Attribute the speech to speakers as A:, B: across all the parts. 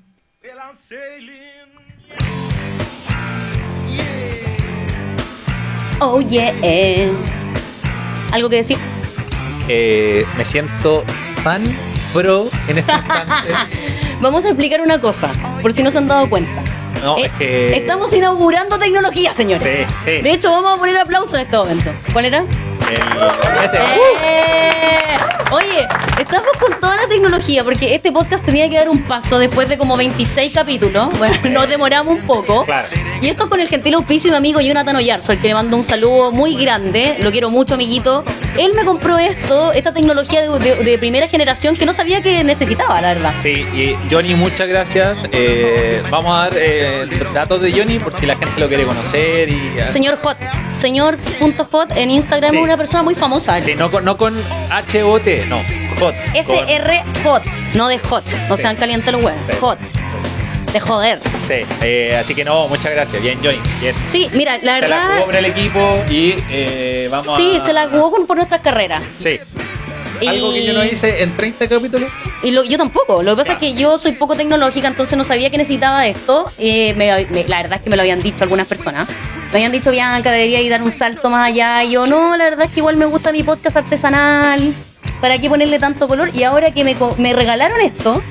A: I'm sailing.
B: Oh yeah. ¿Algo que decir?
C: Eh, me siento fan pro en este instante.
B: Vamos a explicar una cosa, por si no se han dado cuenta.
C: No,
B: Eh,
C: es que.
B: Estamos inaugurando tecnología, señores.
C: Sí, sí.
B: De hecho, vamos a poner aplauso en este momento. ¿Cuál era?
C: el- ese-
B: ¡Eh!
C: ¡uh!
B: Oye, estamos con toda la tecnología porque este podcast tenía que dar un paso después de como 26 capítulos. Bueno, nos demoramos un poco.
C: Claro.
B: Y esto con el gentil auspicio de mi amigo Jonathan Oyarzo, al que le mando un saludo muy grande. Lo quiero mucho, amiguito. Él me compró esto, esta tecnología de, de- de primera generación que no sabía que necesitaba, la verdad.
C: Uh, Sí, y Johnny, muchas gracias. Eh, vamos a dar eh, datos de Johnny por si la gente lo quiere conocer. y ah,
B: Señor Hot, señor punto Hot en Instagram
C: Sí.
B: es una persona muy famosa.
C: Sí, no, con, no con H-O-T, no. Hot. con-
B: SR Hot, no de Hot. No sean calientes los huevos.
C: Sí.
B: Hot. De joder.
C: Sí, eh, así que no, muchas gracias. Bien, Johnny. Bien.
B: Sí, mira, la
C: se la jugó
B: verdad.
C: por el equipo y eh, vamos
B: Sí,
C: a-
B: se la jugó con- por nuestras carreras.
C: Sí.
B: Y-
C: Algo que yo no hice en 30 capítulos.
B: Y lo- yo tampoco. Lo que pasa
C: Ya.
B: es que yo soy poco tecnológica, entonces no sabía que necesitaba esto. Eh, me- me- la verdad es que me lo habían dicho algunas personas. Me habían dicho, Bianca, debería ir a dar un salto más allá. Y yo, no, la verdad es que igual me gusta mi podcast artesanal. ¿Para qué ponerle tanto color? Y ahora que me, co- me regalaron esto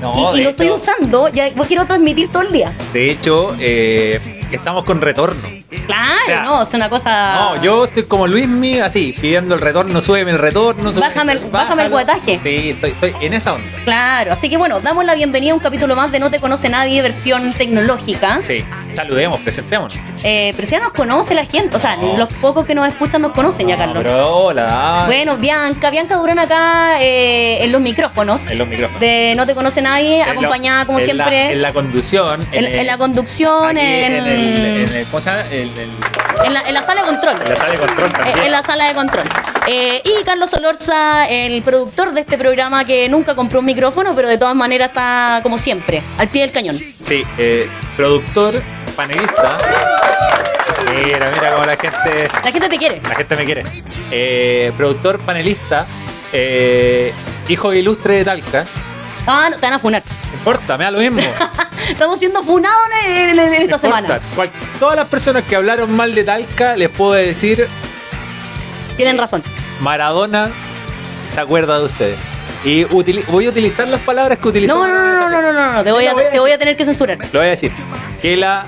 C: No,
B: y, y
C: de
B: lo estoy
C: hecho-
B: usando, ya lo quiero transmitir todo el día.
C: De hecho, eh, estamos con retorno.
B: Claro,
C: O sea,
B: no, es una cosa.
C: No, yo estoy como Luismi, así, pidiendo el retorno, súbeme el retorno. súbeme-
B: Bájame el- bájame el
C: bájalo.
B: guataje.
C: Sí, estoy, estoy en esa onda.
B: Claro, así que bueno, damos la bienvenida a un capítulo más de No te conoce nadie, versión tecnológica.
C: Sí, saludemos, presentémonos.
B: Eh, pero si ya nos conoce la gente, o sea,
C: No.
B: los pocos que nos escuchan nos conocen ya, Carlos.
C: Oh. Pero hola.
B: Bueno, Bianca, Bianca Durán acá eh, en los micrófonos
C: en los micrófonos.
B: de No te conoce nadie,
C: En lo-
B: acompañada como
C: en la-
B: siempre
C: en
B: en,
C: la conducción. el-
B: en la conducción, en,
C: aquí, en el- en el- ¿Cómo se llama? En el-
B: en la, en la sala de control.
C: en la sala de control también.
B: Eh, En la sala de control. Eh, y Carlos Olorza, el productor de este programa que nunca compró un micrófono, pero de todas maneras está como siempre, al pie del cañón.
C: Sí, eh, productor, panelista. Mira, mira cómo la gente,
B: La gente te quiere.
C: la gente me quiere. Eh, productor, panelista, eh, hijo ilustre de Talca.
B: Ah, no, te van a funar.
C: No importa, me da lo mismo. No
B: Estamos siendo funados en, en- en esta
C: importa.
B: semana.
C: Cual- todas las personas que hablaron mal de Talca, les puedo decir,
B: Tienen razón.
C: Maradona se acuerda de ustedes. Y utili- voy a utilizar las palabras que utilizó.
B: No, no, no, no, no, no, no, no, te
C: Sí,
B: voy
C: la
B: a,
C: voy a
B: te voy a tener que censurar.
C: Lo voy a decir. Que la...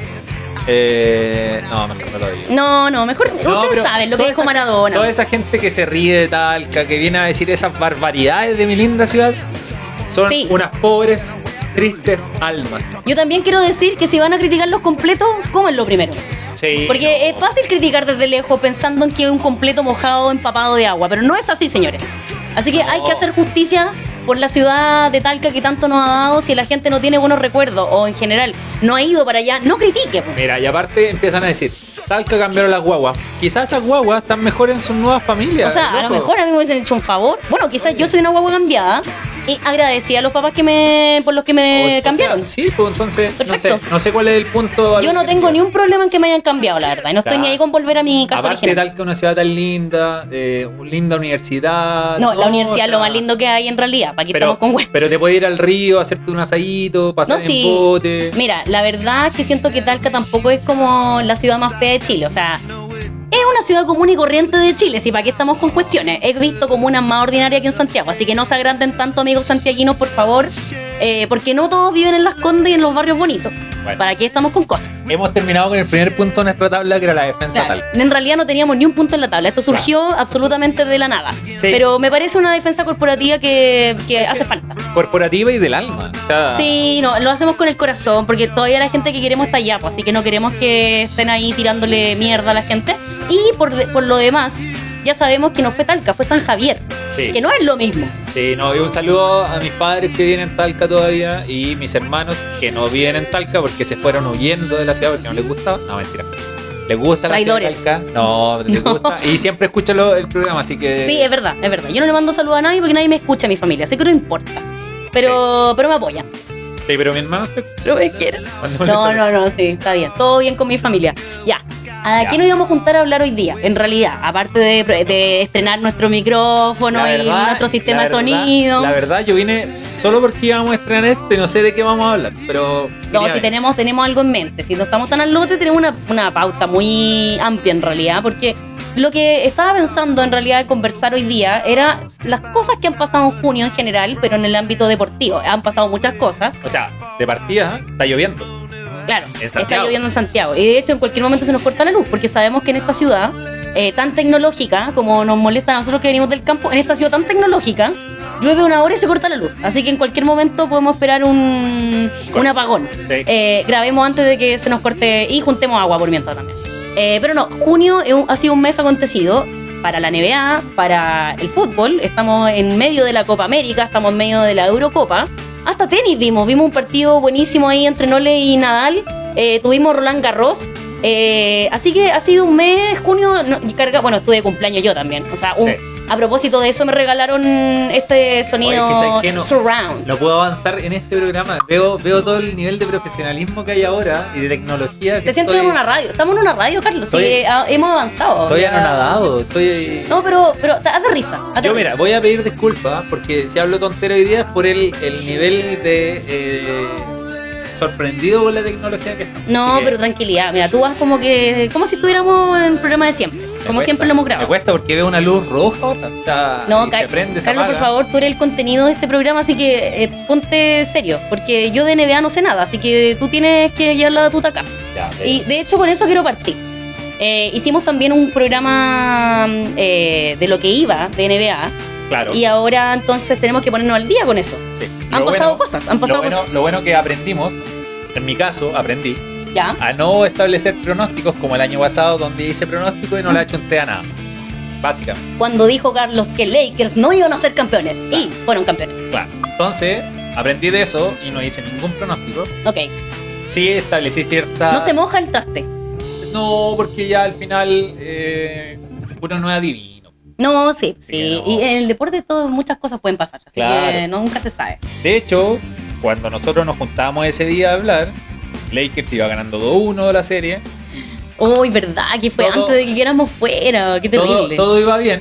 C: eh, no, mejor no lo digo.
B: No, no, mejor
C: No,
B: ustedes
C: pero
B: saben lo que
C: toda
B: dijo
C: esa-
B: Maradona.
C: Toda esa gente que se ríe de Talca, que viene a decir esas barbaridades de mi linda ciudad, son
B: Sí.
C: unas pobres, tristes almas.
B: Yo también quiero decir que si van a criticar los completos, cómanlo primero.
C: Sí.
B: Porque es fácil criticar desde lejos pensando en que es un completo mojado, empapado de agua, pero no es así, señores. Así que hay que hacer justicia por la ciudad de Talca que tanto nos ha dado. Si la gente no tiene buenos recuerdos o en general no ha ido para allá, no critique. po.
C: Mira, y aparte empiezan a decir, Talca cambiaron las guaguas. Quizás esas guaguas están mejor en sus nuevas familias.
B: O sea, a lo
C: loco.
B: mejor a mí me hubiesen hecho un favor. Bueno, quizás yo soy una guagua cambiada y agradecida a los papás que me, por los que
C: O- o
B: me
C: sea,
B: eh, cambiaron.
C: sí, pues entonces, no sé,
B: Perfecto.
C: no sé cuál es el punto.
B: Yo no tengo ni un problema en que me hayan cambiado, la verdad. y No estoy
C: Claro.
B: ni ahí con volver a mi casa
C: Aparte,
B: original.
C: Talca es una ciudad tan linda, eh, una linda universidad.
B: No, la universidad
C: o
B: es lo
C: sea,
B: más lindo que hay en realidad. Para que
C: Pero,
B: estamos con hue-
C: pero te puedes ir al río, hacerte un asadito, pasar
B: No,
C: en
B: sí.
C: bote.
B: Mira, la verdad es que siento que Talca tampoco es como la ciudad más fea de Chile. O sea, es una ciudad común y corriente de Chile. Si para qué estamos con cuestiones. He visto comunas más ordinarias que en Santiago. Así que no se agranden tanto, amigos santiaguinos, por favor. eh, porque no todos viven en las condes y en los barrios bonitos.
C: Bueno.
B: ¿Para qué estamos con cosas?
C: Hemos terminado con el primer punto de nuestra tabla, que era la defensa
B: Claro,
C: tal.
B: En realidad no teníamos ni un punto en la tabla. Esto surgió absolutamente de la nada. Pero me parece una defensa corporativa que, que hace falta.
C: Corporativa y del alma. O sea,
B: Sí, no, lo hacemos con el corazón, porque todavía la gente que queremos está allá, pues, así que no queremos que estén ahí tirándole mierda a la gente. Y por, de- por lo demás, ya sabemos que no fue Talca, fue San Javier,
C: sí.
B: que no es lo mismo.
C: Sí, no, y un saludo a mis padres que vienen en Talca todavía y mis hermanos que no viven en Talca porque se fueron huyendo de la ciudad porque no les gustaba. No, mentira. ¿Les gusta la
B: Traidores.
C: ciudad de Talca? No, les
B: No.
C: gusta. Y siempre escuchan lo- el programa, así que.
B: Sí, es verdad, es verdad. Yo no le mando saludos a nadie porque nadie me escucha a mi familia, así que no importa. Pero, pero me apoyan,
C: Sí, pero mi hermano.
B: pero me quieren.
C: cuando le
B: No,
C: saludo-
B: no, no, sí, está bien. Todo bien con mi familia. Ya. ¿A
C: Ya.
B: qué nos íbamos a juntar a hablar hoy día? En realidad, aparte de, de estrenar nuestro micrófono
C: La
B: y
C: verdad-
B: nuestro sistema
C: la
B: de
C: verdad-
B: sonido.
C: La verdad, yo vine solo porque íbamos a estrenar este, no sé de qué vamos a hablar, pero. quería
B: No, si
C: ver.
B: tenemos, tenemos algo en mente. Si no estamos tan al lote, tenemos una, una pauta muy amplia en realidad, porque lo que estaba pensando en realidad de conversar hoy día era las cosas que han pasado en junio en general, pero en el ámbito deportivo. Han pasado muchas cosas.
C: O sea, de partida, ¿eh? está lloviendo.
B: Claro, está
C: Santiago.
B: lloviendo en Santiago. Y de hecho, en cualquier momento se nos corta la luz, porque sabemos que en esta ciudad eh, tan tecnológica, como nos molesta a nosotros que venimos del campo, en esta ciudad tan tecnológica, llueve una hora y se corta la luz. Así que en cualquier momento podemos esperar un, un apagón.
C: Sí.
B: Eh, grabemos antes de que se nos corte y juntemos agua por mientras también. Eh, pero no, junio es un- ha sido un mes acontecido para la NBA, para el fútbol. Estamos en medio de la Copa América, estamos en medio de la Eurocopa. Hasta tenis vimos, vimos un partido buenísimo ahí entre Nole y Nadal. Eh, tuvimos Roland Garros. Eh, así que ha sido un mes, junio, no, y carga, bueno, estuve de cumpleaños yo también. O sea, un-
C: Sí.
B: a propósito de eso me regalaron este sonido
C: ¿sabes qué? No-
B: surround.
C: No puedo avanzar en este programa. Veo, veo todo el nivel de profesionalismo que hay ahora y de tecnología. Que
B: Te sientes en
C: estoy-
B: una radio. Estamos en una radio, Carlos. Sí,
C: Estoy-
B: ah, hemos avanzado.
C: Estoy
B: Ya.
C: anonadado, estoy.
B: No, pero, pero o sea, haz de risa. haz de risa.
C: Yo, mira, voy a pedir disculpas porque si hablo tontero hoy día es por el, el nivel de. eh, sorprendido con la tecnología que estamos.
B: No,
C: Así que
B: pero tranquilidad. Mira, tú vas como que. Como si estuviéramos en el programa de siempre.
C: me
B: Como
C: cuesta.
B: siempre lo hemos
C: Me
B: grabado.
C: cuesta porque veo una luz roja. o sea,
B: No,
C: y
B: Car-
C: se prende, se
B: Carlos, por
C: apaga.
B: favor, tú eres el contenido de este programa, así que eh, ponte serio. Porque yo de NBA no sé nada, así que tú tienes que llevar la batuta acá.
C: Ya, eh, ok.
B: Y de hecho con eso quiero partir. Eh, hicimos también un programa mm, eh, de lo que iba de NBA
C: claro.
B: y ahora entonces tenemos que ponernos al día con eso.
C: sí.
B: Han
C: Lo
B: pasado
C: bueno-
B: cosas, han pasado
C: lo, bueno,
B: cosas.
C: lo bueno que aprendimos, en mi caso, aprendí
B: Ya.
C: a no establecer pronósticos como el año pasado, donde hice pronóstico y
B: Ah.
C: no la achunté a nada. Básicamente.
B: Cuando dijo Carlos que Lakers no iban a ser campeones y fueron campeones.
C: Claro. Entonces, aprendí de eso y no hice ningún pronóstico.
B: Ok.
C: Sí, establecí ciertas.
B: No se moja el traste.
C: No, porque ya al final eh, uno no es adivino.
B: No, sí,
C: Sí,
B: sí.
C: no.
B: Y en el deporte todo, muchas cosas pueden pasar. Así que
C: Claro.
B: no, nunca se sabe.
C: De hecho, cuando nosotros nos juntábamos ese día a hablar, Lakers iba ganando 2-1 la serie.
B: Uy, verdad, que fue
C: Todo-
B: antes de que quedáramos fuera. Qué
C: Todo,
B: terrible.
C: todo iba bien,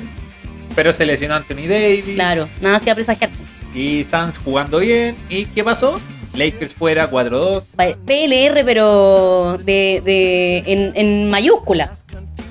C: pero se lesionó Anthony Davis.
B: Claro, nada hacía presagiar.
C: y Suns jugando bien. ¿Y qué pasó? Lakers fuera 4-2.
B: Pa- PLR, pero de, de, en, en mayúscula.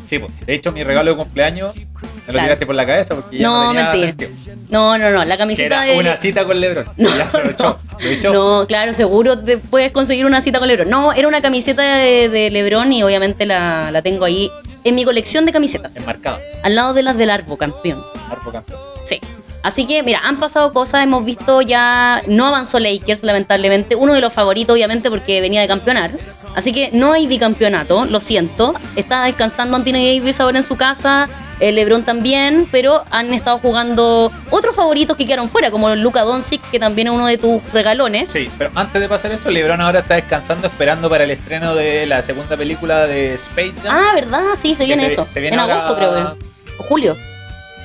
C: Sí, po. de hecho, mi regalo de cumpleaños me lo
B: Claro.
C: tiraste por la cabeza porque ya
B: No,
C: no, tenía
B: mentira.
C: sentido.
B: No, no, no, la
C: Que
B: camiseta
C: era
B: de...
C: una cita con LeBron.
B: No,
C: Ya, lo echó, lo echó.
B: No, claro, seguro te puedes conseguir una cita con Lebron. No, era una camiseta de, de Lebron y obviamente la, la tengo ahí en mi colección de camisetas.
C: Enmarcado.
B: Al lado de las del Arbo, campeón.
C: Arpo campeón.
B: Sí. Así que, mira, han pasado cosas, hemos visto ya, no avanzó Lakers, lamentablemente, uno de los favoritos, obviamente, porque venía de campeonar. Así que no hay bicampeonato, lo siento. Está descansando Anthony Davis ahora en su casa, eh, LeBron también, pero han estado jugando otros favoritos que quedaron fuera, como Luka Doncic, que también es uno de tus regalones.
C: Sí, pero antes de pasar eso, LeBron ahora está descansando esperando para el estreno de la segunda película de Space Jam.
B: Ah, ¿verdad? Sí, se
C: Que
B: viene
C: se-
B: eso.
C: se viene
B: en
C: ahora-
B: agosto, creo. que- o Julio.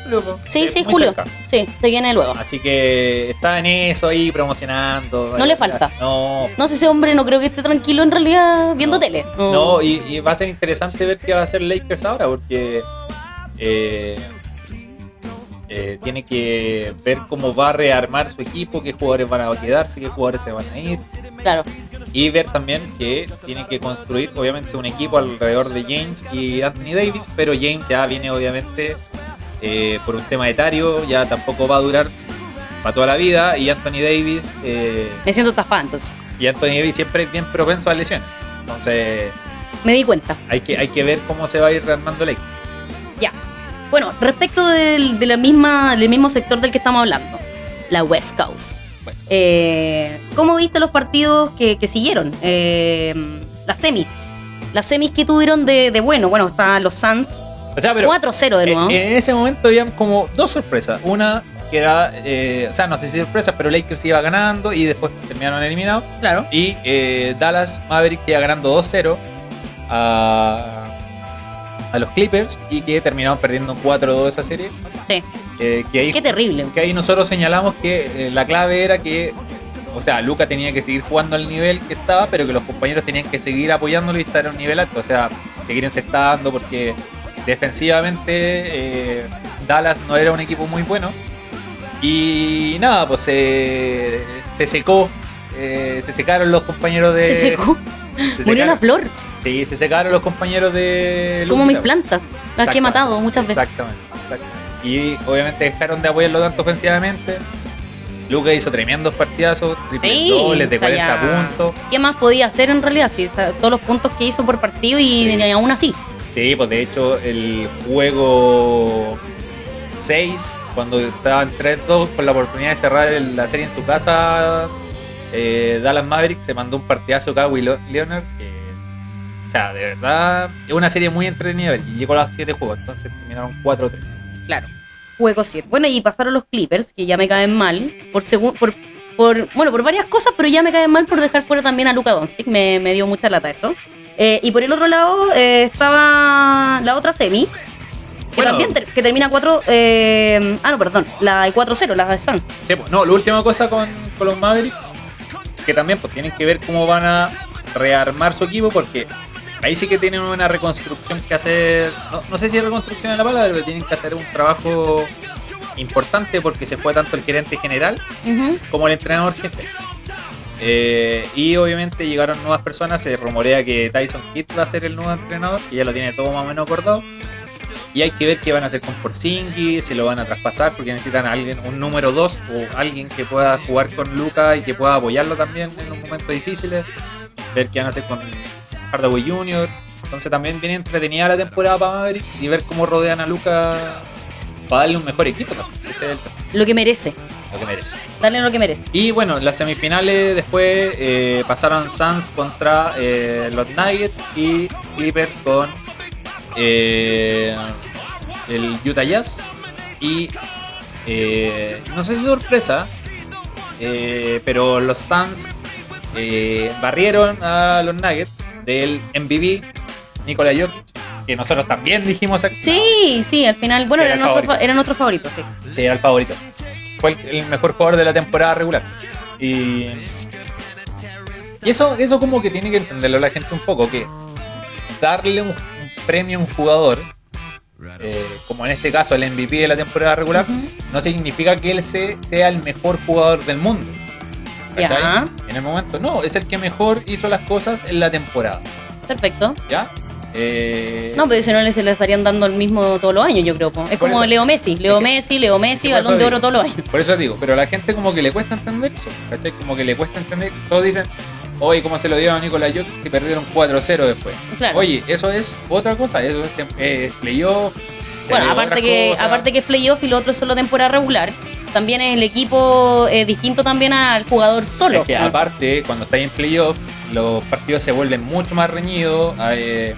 C: Julio, po.
B: Sí,
C: Eh,
B: sí,
C: muy
B: Julio.
C: cerca.
B: Sí, se viene luego.
C: Así que está en eso ahí promocionando.
B: No le falta.
C: No,
B: No sé, ese hombre no creo que esté tranquilo en realidad viendo
C: No.
B: tele. No.
C: No, y, y va a ser interesante ver qué va a hacer Lakers ahora, porque eh, eh, tiene que ver cómo va a rearmar su equipo, qué jugadores van a quedarse, qué jugadores se van a ir,
B: Claro.
C: y ver también que tiene que construir, obviamente, un equipo alrededor de James y Anthony Davis, pero James ya viene, obviamente, eh, por un tema etario, ya tampoco va a durar para toda la vida, y Anthony Davis, eh,
B: Me siento estafada entonces.
C: y Anthony Davis siempre es bien propenso a lesiones. Entonces...
B: Me di cuenta.
C: Hay que, hay que ver cómo se va a ir rearmando el equipo.
B: Bueno, respecto del, de la misma, del mismo sector del que estamos hablando, la West Coast.
C: Pues,
B: Eh, ¿Cómo viste los partidos que, que siguieron? Eh, las semis. Las semis que tuvieron de, de bueno. Bueno, están los Suns.
C: o sea, pero eh,
B: 4-0 de nuevo.
C: en, en ese momento habían como dos sorpresas. Una que era, eh, o sea, no sé si sorpresa, pero Lakers iba ganando y después terminaron eliminados.
B: claro.
C: Y eh, Dallas Maverick que iba ganando 2-0 a, a los Clippers y que terminaron perdiendo 4-2 esa serie.
B: Sí.
C: Eh, que, ahí,
B: Qué terrible.
C: que ahí nosotros señalamos que eh, la clave era que, o sea, Luca tenía que seguir jugando al nivel que estaba, pero que los compañeros tenían que seguir apoyándolo y estar a un nivel alto. O sea, seguir encestando porque defensivamente eh, Dallas no era un equipo muy bueno. Y nada, pues eh, se secó, eh, se secaron los compañeros de...
B: Se secó.
C: se
B: Murió la
C: secaron-
B: flor,
C: Sí, se secaron los compañeros de... pues.
B: como mis
C: Lucita.
B: plantas. Las que he
C: Exactamente,
B: matado muchas veces.
C: Exactamente, exactamente. Y obviamente dejaron de apoyarlo tanto ofensivamente. Luca hizo tremendos partidazos, triples
B: Sí,
C: dobles de
B: o sea,
C: 40
B: ya-
C: puntos.
B: ¿Qué más podía hacer en realidad? Sí, o sea, todos los puntos que hizo por partido y
C: Sí.
B: ni aún así.
C: Sí, pues de hecho el juego 6, cuando estaban 3-2 con la oportunidad de cerrar el- la serie en su casa, eh, Dallas Maverick se mandó un partidazo a Kawhi Lo- Leonard. que, o sea, de verdad, es una serie muy entretenida y llegó a los 7 juegos, entonces terminaron 4-3.
B: Claro. Juego 7. Bueno, y pasaron los Clippers, que ya me caen mal, por segun- por, por bueno, por varias cosas, pero ya me caen mal por dejar fuera también a Luca Doncic, me, me dio mucha lata eso. Eh, y por el otro lado eh, estaba la otra semi, que
C: Bueno.
B: también ter- que termina 4... ah, no, perdón, la de 4-0, la de Suns.
C: Sí, pues, no, la última cosa con, con los Mavericks, que también pues, tienen que ver cómo van a rearmar su equipo, porque ahí sí que tienen una reconstrucción que hacer. No, no sé si reconstrucción es la palabra, pero tienen que hacer un trabajo importante porque se fue tanto el gerente general
B: Ujú.
C: como el entrenador jefe. Eh, y obviamente llegaron nuevas personas, se rumorea que Tyson Kidd va a ser el nuevo entrenador, que ya lo tiene todo más o menos acordado. Y hay que ver qué van a hacer con Porzingis, si lo van a traspasar, porque necesitan a alguien, un número 2 o alguien que pueda jugar con Luca y que pueda apoyarlo también en los momentos difíciles. Ver qué van a hacer con Hardaway Jr. Entonces también viene entretenida la temporada para Maverick y ver cómo rodean a Luca para darle un mejor equipo. también. Ese es el-
B: Lo que merece,
C: lo que merece.
B: dale lo que merece.
C: Y bueno, las semifinales después eh, pasaron Suns contra eh, los Nuggets y Clippers con eh, el Utah Jazz. Y eh, no sé si sorpresa, eh, pero los Suns eh, barrieron a los Nuggets del MVP, Nikola Jokic, que nosotros también dijimos aquí
B: Sí, sí, al final, bueno,
C: Era
B: era,
C: el
B: nuestro, fa- era nuestro favorito, sí.
C: Sí, era el favorito. Fue el, el mejor jugador de la temporada regular. Y. Y eso, eso como que tiene que entenderlo la gente un poco, que darle un, un premio a un jugador, eh, como en este caso el MVP de la temporada regular,
B: Ujú.
C: no significa que él se- sea el mejor jugador del mundo. ¿cachai?
B: Ya.
C: En el momento, no, es el que mejor hizo las cosas en la temporada.
B: Perfecto.
C: ¿Ya? Eh,
B: No, pero si no le- se le estarían dando el mismo todos los años, yo creo. po. Es
C: Por
B: como
C: eso.
B: Leo Messi,
C: Es
B: Leo
C: que-
B: Messi, Leo Messi,
C: por
B: balón
C: eso
B: de oro
C: digo.
B: todos los años.
C: Por eso digo, pero a la gente como que le cuesta entender eso, ¿cachai? Como que le cuesta entender. Todos dicen, oye, ¿cómo se lo dieron a Nikola Jokic si perdieron 4-0 después?
B: Claro.
C: Oye, eso es otra cosa, eso es tem- eh, playoff.
B: bueno, aparte que, aparte que es playoff y lo otro es solo temporada regular, también es el equipo eh, distinto también al jugador solo.
C: Es que aparte, cuando estáis en playoff, los partidos se vuelven mucho más reñidos. eh,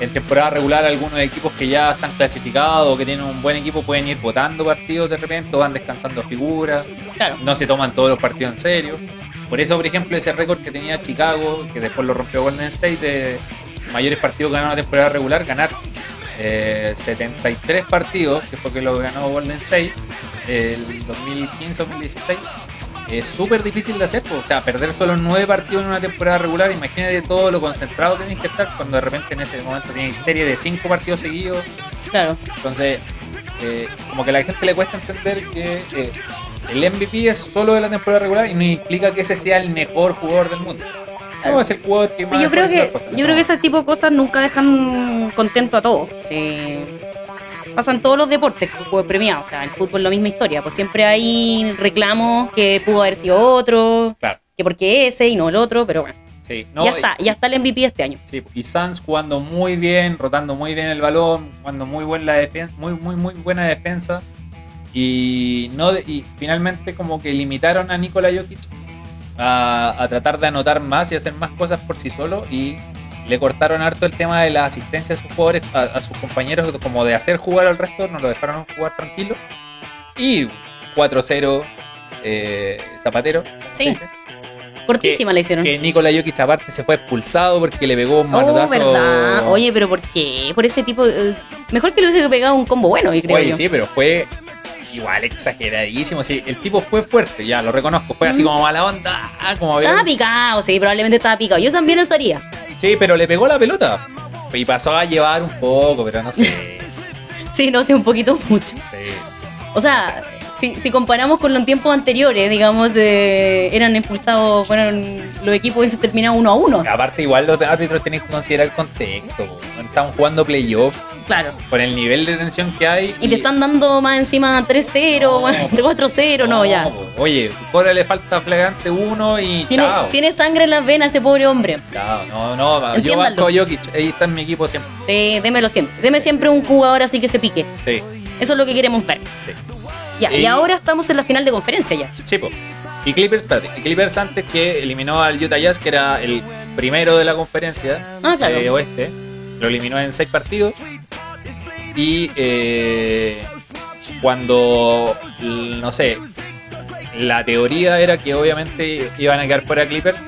C: en temporada regular, algunos equipos que ya están clasificados o que tienen un buen equipo pueden ir votando partidos de repente, o van descansando figuras.
B: claro.
C: no se toman todos los partidos en serio. Por eso, por ejemplo, ese récord que tenía Chicago, que después lo rompió Golden State, de mayores partidos ganados en la temporada regular, ganar eh, 73 partidos, que fue que lo ganó Golden State el 2015-2016, es súper difícil de hacer. pues, O sea, perder solo 9 partidos en una temporada regular, imagínate todo lo concentrado que tienes que estar cuando de repente en ese momento tienes serie de 5 partidos seguidos.
B: Claro.
C: Entonces, eh, como que a la gente le cuesta entender que eh, el MVP es solo de la temporada regular y no implica que ese sea el mejor jugador del mundo. No, Ah, es el jugador que más.
B: Pero yo creo
C: hace las
B: que
C: cosas,
B: yo
C: eso
B: creo que
C: no.
B: ese tipo de cosas nunca dejan contento a todos. Sí. Pasan todos los deportes que fue premiado, o sea, el fútbol es la misma historia, pues siempre hay reclamos que pudo haber sido otro,
C: Claro.
B: que porque ese y no el otro, pero bueno,
C: Sí, no,
B: ya está, ya está el MVP de este año.
C: y- sí, y Sans jugando muy bien, rotando muy bien el balón, jugando muy buena la defensa, muy, muy, muy buena defensa. Y, no de- y finalmente como que limitaron a Nikola Jokic a, a tratar de anotar más y hacer más cosas por sí solo y le cortaron harto el tema de la asistencia a sus jugadores, a, a sus compañeros, como de hacer jugar al resto, no lo dejaron jugar tranquilo. Y 4-0 eh, Zapatero.
B: Sí.
C: se dice.
B: Cortísima la hicieron.
C: Que Nikola Jokic aparte se fue expulsado porque le pegó un
B: Oh,
C: manotazo.
B: verdad. Oye, pero ¿por qué? Por ese tipo. eh, mejor que le hubiese pegado un combo bueno, y creo
C: Oye,
B: yo.
C: sí, pero fue igual exageradísimo. Sí, el tipo fue fuerte, ya lo reconozco. Fue así
B: Mm. Ah,
C: como mala onda, ah, como
B: Estaba
C: violento.
B: picado, sí, probablemente estaba picado. Yo también estaría.
C: Sí, pero le pegó la pelota. y pasó a llevar un poco, pero no sé.
B: Sí, no sé, un poquito mucho.
C: sí.
B: O sea, si, si comparamos con los tiempos anteriores, digamos, de- eran impulsados, fueron los equipos y se terminaban uno a uno.
C: Aparte, igual los árbitros tienen que considerar el contexto. po. Están jugando playoff
B: Claro.
C: con el nivel de tensión que hay.
B: Y te están dando más encima 3-0,
C: No.
B: 4-0, no, ya.
C: po. Oye, ahora le falta flagrante uno y
B: Tiene,
C: chao.
B: tiene sangre en las venas ese pobre hombre.
C: Chao, no, no, yo
B: Entiéndanlo.
C: banco a Jokic. Ahí está en mi equipo siempre.
B: Sí, démelo siempre. Deme siempre un jugador así que se pique.
C: Sí,
B: Eso es lo que queremos ver.
C: sí.
B: Ya, y
C: Y-
B: ahora estamos en la final de conferencia ya.
C: Sí, po. Y Clippers, espérate. y Clippers antes que eliminó al Utah Jazz, que era el primero de la conferencia.
B: Ah, claro.
C: eh, oeste. Lo eliminó en seis partidos. Y eh, cuando, l- no sé, la teoría era que obviamente iban a quedar fuera Clippers,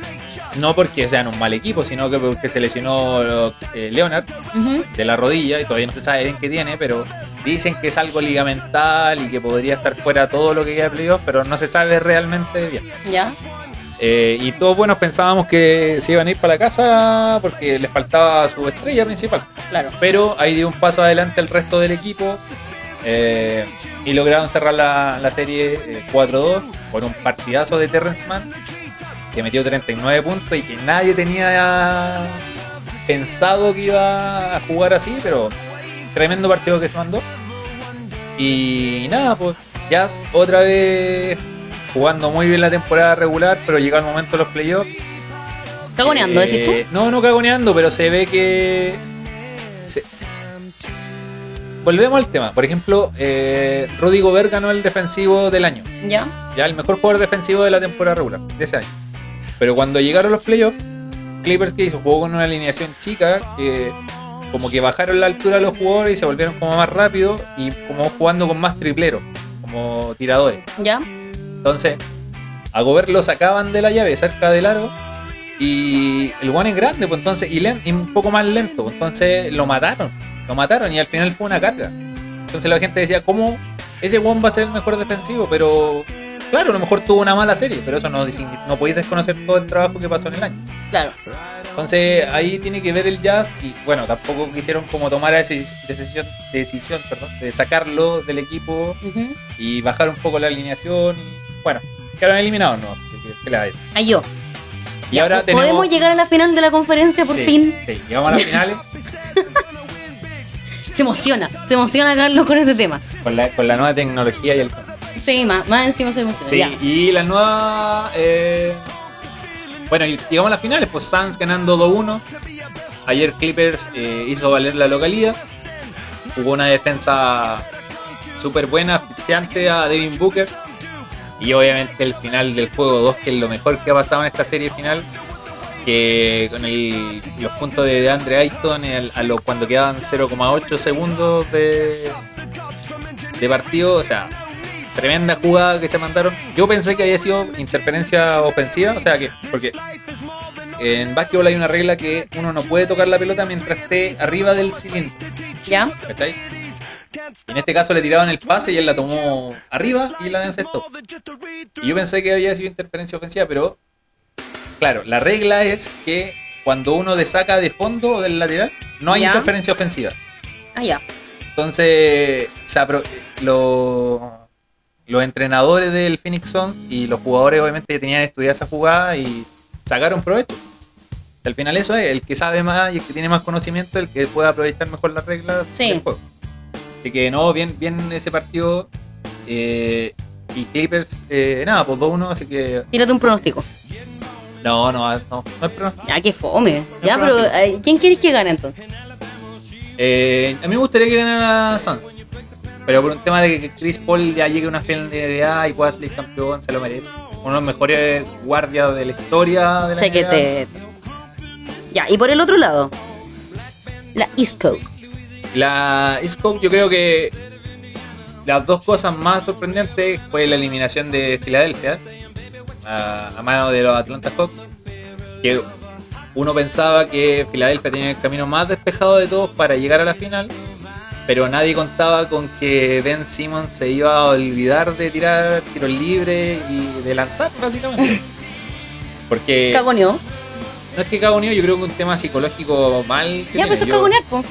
C: no porque sean un mal equipo, sino que porque se lesionó eh, Leonard
B: Ujú.
C: de la rodilla y todavía no se sabe bien qué tiene, pero dicen que es algo ligamental y que podría estar fuera todo lo que queda de playoff, pero no se sabe realmente bien.
B: Ya.
C: Eh, y todos buenos pensábamos que se iban a ir para la casa porque les faltaba su estrella principal.
B: Claro.
C: Pero ahí dio un paso adelante el resto del equipo eh, y lograron cerrar la, la serie eh, 4-2 con un partidazo de Terrence Mann que metió 39 puntos y que nadie tenía pensado que iba a jugar así, pero tremendo partido que se mandó. Y nada, pues Jazz otra vez jugando muy bien la temporada regular, pero llega el momento de los playoffs.
B: Cagoneando,
C: Eh,
B: decís tú.
C: No, no cagoneando, pero se ve que. se- Volvemos al tema. Por ejemplo, eh, Rudy Gobert ganó el defensivo del año.
B: Ya.
C: Ya el mejor jugador defensivo de la temporada regular, de ese año. Pero cuando llegaron los playoffs, Clippers que hizo jugó con una alineación chica que como que bajaron la altura de los jugadores y se volvieron como más rápido y como jugando con más tripleros, como tiradores.
B: Ya.
C: Entonces, a Gobert lo sacaban de la llave cerca del aro. Y el one es grande, pues entonces, y, len- y un poco más lento. pues, Entonces lo mataron. Lo mataron y al final fue una carga. Entonces la gente decía, ¿cómo ese one va a ser el mejor defensivo? Pero claro, a lo mejor tuvo una mala serie, pero eso no, disin- no podéis desconocer todo el trabajo que pasó en el año.
B: Claro.
C: Entonces ahí tiene que ver el jazz y bueno, tampoco quisieron como tomar esa decis- decisión, decisión perdón, de sacarlo del equipo
B: Ujú.
C: y bajar un poco la alineación. Y, bueno, quedaron eliminados, ¿no? ¿Qué- qué- qué le va a decir?
B: Ahí yo.
C: Y ahora
B: pues, ¿Podemos
C: tenemos.
B: llegar a la final de la conferencia por
C: Sí,
B: fin?
C: sí, llegamos a las finales
B: Se emociona. Se emociona Carlos con este tema.
C: con la, con la nueva tecnología y el.
B: Sí, más, más encima se emociona.
C: Sí,
B: Ya.
C: y la nueva. eh, Bueno, y llegamos a las finales, pues Suns ganando 2-1. Ayer Clippers eh, hizo valer la localidad. Jugó una defensa súper buena, asfixiante a Devin Booker. Y obviamente el final del juego 2, que es lo mejor que ha pasado en esta serie final. Que con el- los puntos de, de Andre Ayton el- a lo- cuando quedaban 0,8 segundos de, de partido, o sea, tremenda jugada que se mandaron. Yo pensé que había sido interferencia ofensiva, o sea que, porque en básquetbol hay una regla que uno no puede tocar la pelota mientras esté arriba del cilindro.
B: Ya.
C: ¿cachai? En este caso le tiraban el pase y él la tomó arriba y la encestó. Y yo pensé que había sido interferencia ofensiva, pero claro, la regla es que cuando uno desaca de fondo o del lateral, no hay
B: Ya.
C: interferencia ofensiva.
B: Ah, ya.
C: Entonces, se apro- lo- los entrenadores del Phoenix Suns y los jugadores obviamente tenían que estudiar esa jugada y sacaron provecho. Al final eso es, el que sabe más y el que tiene más conocimiento, el que puede aprovechar mejor las reglas
B: Sí.
C: del juego. Así que no, bien, bien ese partido. eh, y Clippers, eh, nada, pues 2-1, así que
B: Tírate un pronóstico.
C: no, no, no, no es pro-
B: Ya, qué fome. Ya,
C: No,
B: pero
C: pronóstico.
B: eh, ¿quién quieres que gane entonces?
C: Eh, a mí me gustaría que ganara Suns. Pero por un tema de que Chris Paul ya llegue a una final de NBA y pueda salir campeón, se lo merece. Uno de los mejores guardias de la historia de la NBA.
B: Chequete. Ya, y por el otro lado. La East Coast.
C: La East Coast, yo creo que las dos cosas más sorprendentes fue la eliminación de Filadelfia a, a mano de los Atlanta Hawks. Que uno pensaba que Filadelfia tenía el camino más despejado de todos para llegar a la final, pero nadie contaba con que Ben Simmons se iba a olvidar de tirar tiros libres y de lanzar, básicamente. Porque
B: Cagoneó.
C: No es que cagoneo, yo creo que es un tema psicológico mal. que
B: Ya,
C: tiene.
B: pues eso es
C: Yo-
B: cagonear, pues.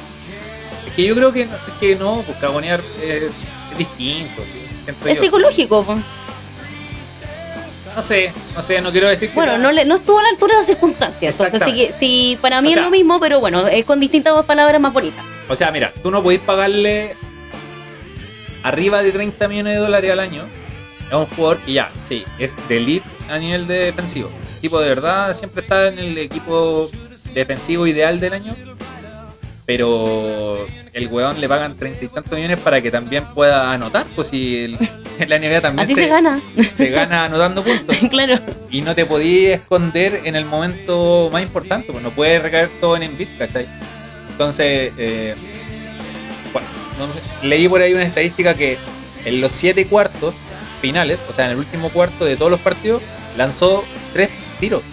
C: es que yo creo que, no- es que no, pues cagonear es, es distinto. ¿sí? Siento
B: Es
C: yo.
B: psicológico, pues.
C: No sé, no sé, no quiero decir que.
B: Bueno,
C: sea-
B: no, le- no estuvo a la altura de las circunstancias. Entonces, sí, que- sí, para mí
C: O
B: es
C: sea-
B: lo mismo, pero bueno, es con distintas palabras más bonitas.
C: O sea, mira, tú no podés pagarle arriba de 30 millones de dólares al año a un jugador que ya, sí, es de elite a nivel de defensivo. Tipo, de verdad, siempre está en el equipo defensivo ideal del año. Pero el weón le pagan treinta y tantos millones para que también pueda anotar, pues si el- en la NBA también
B: Así se gana,
C: se gana anotando puntos.
B: claro.
C: Y no te podías esconder en el momento más importante, pues no puedes recaer todo en Embiid, ¿cachai? Entonces, eh, bueno, no sé, leí por ahí una estadística que en los siete cuartos finales, o sea, en el último cuarto de todos los partidos, lanzó tres tiros.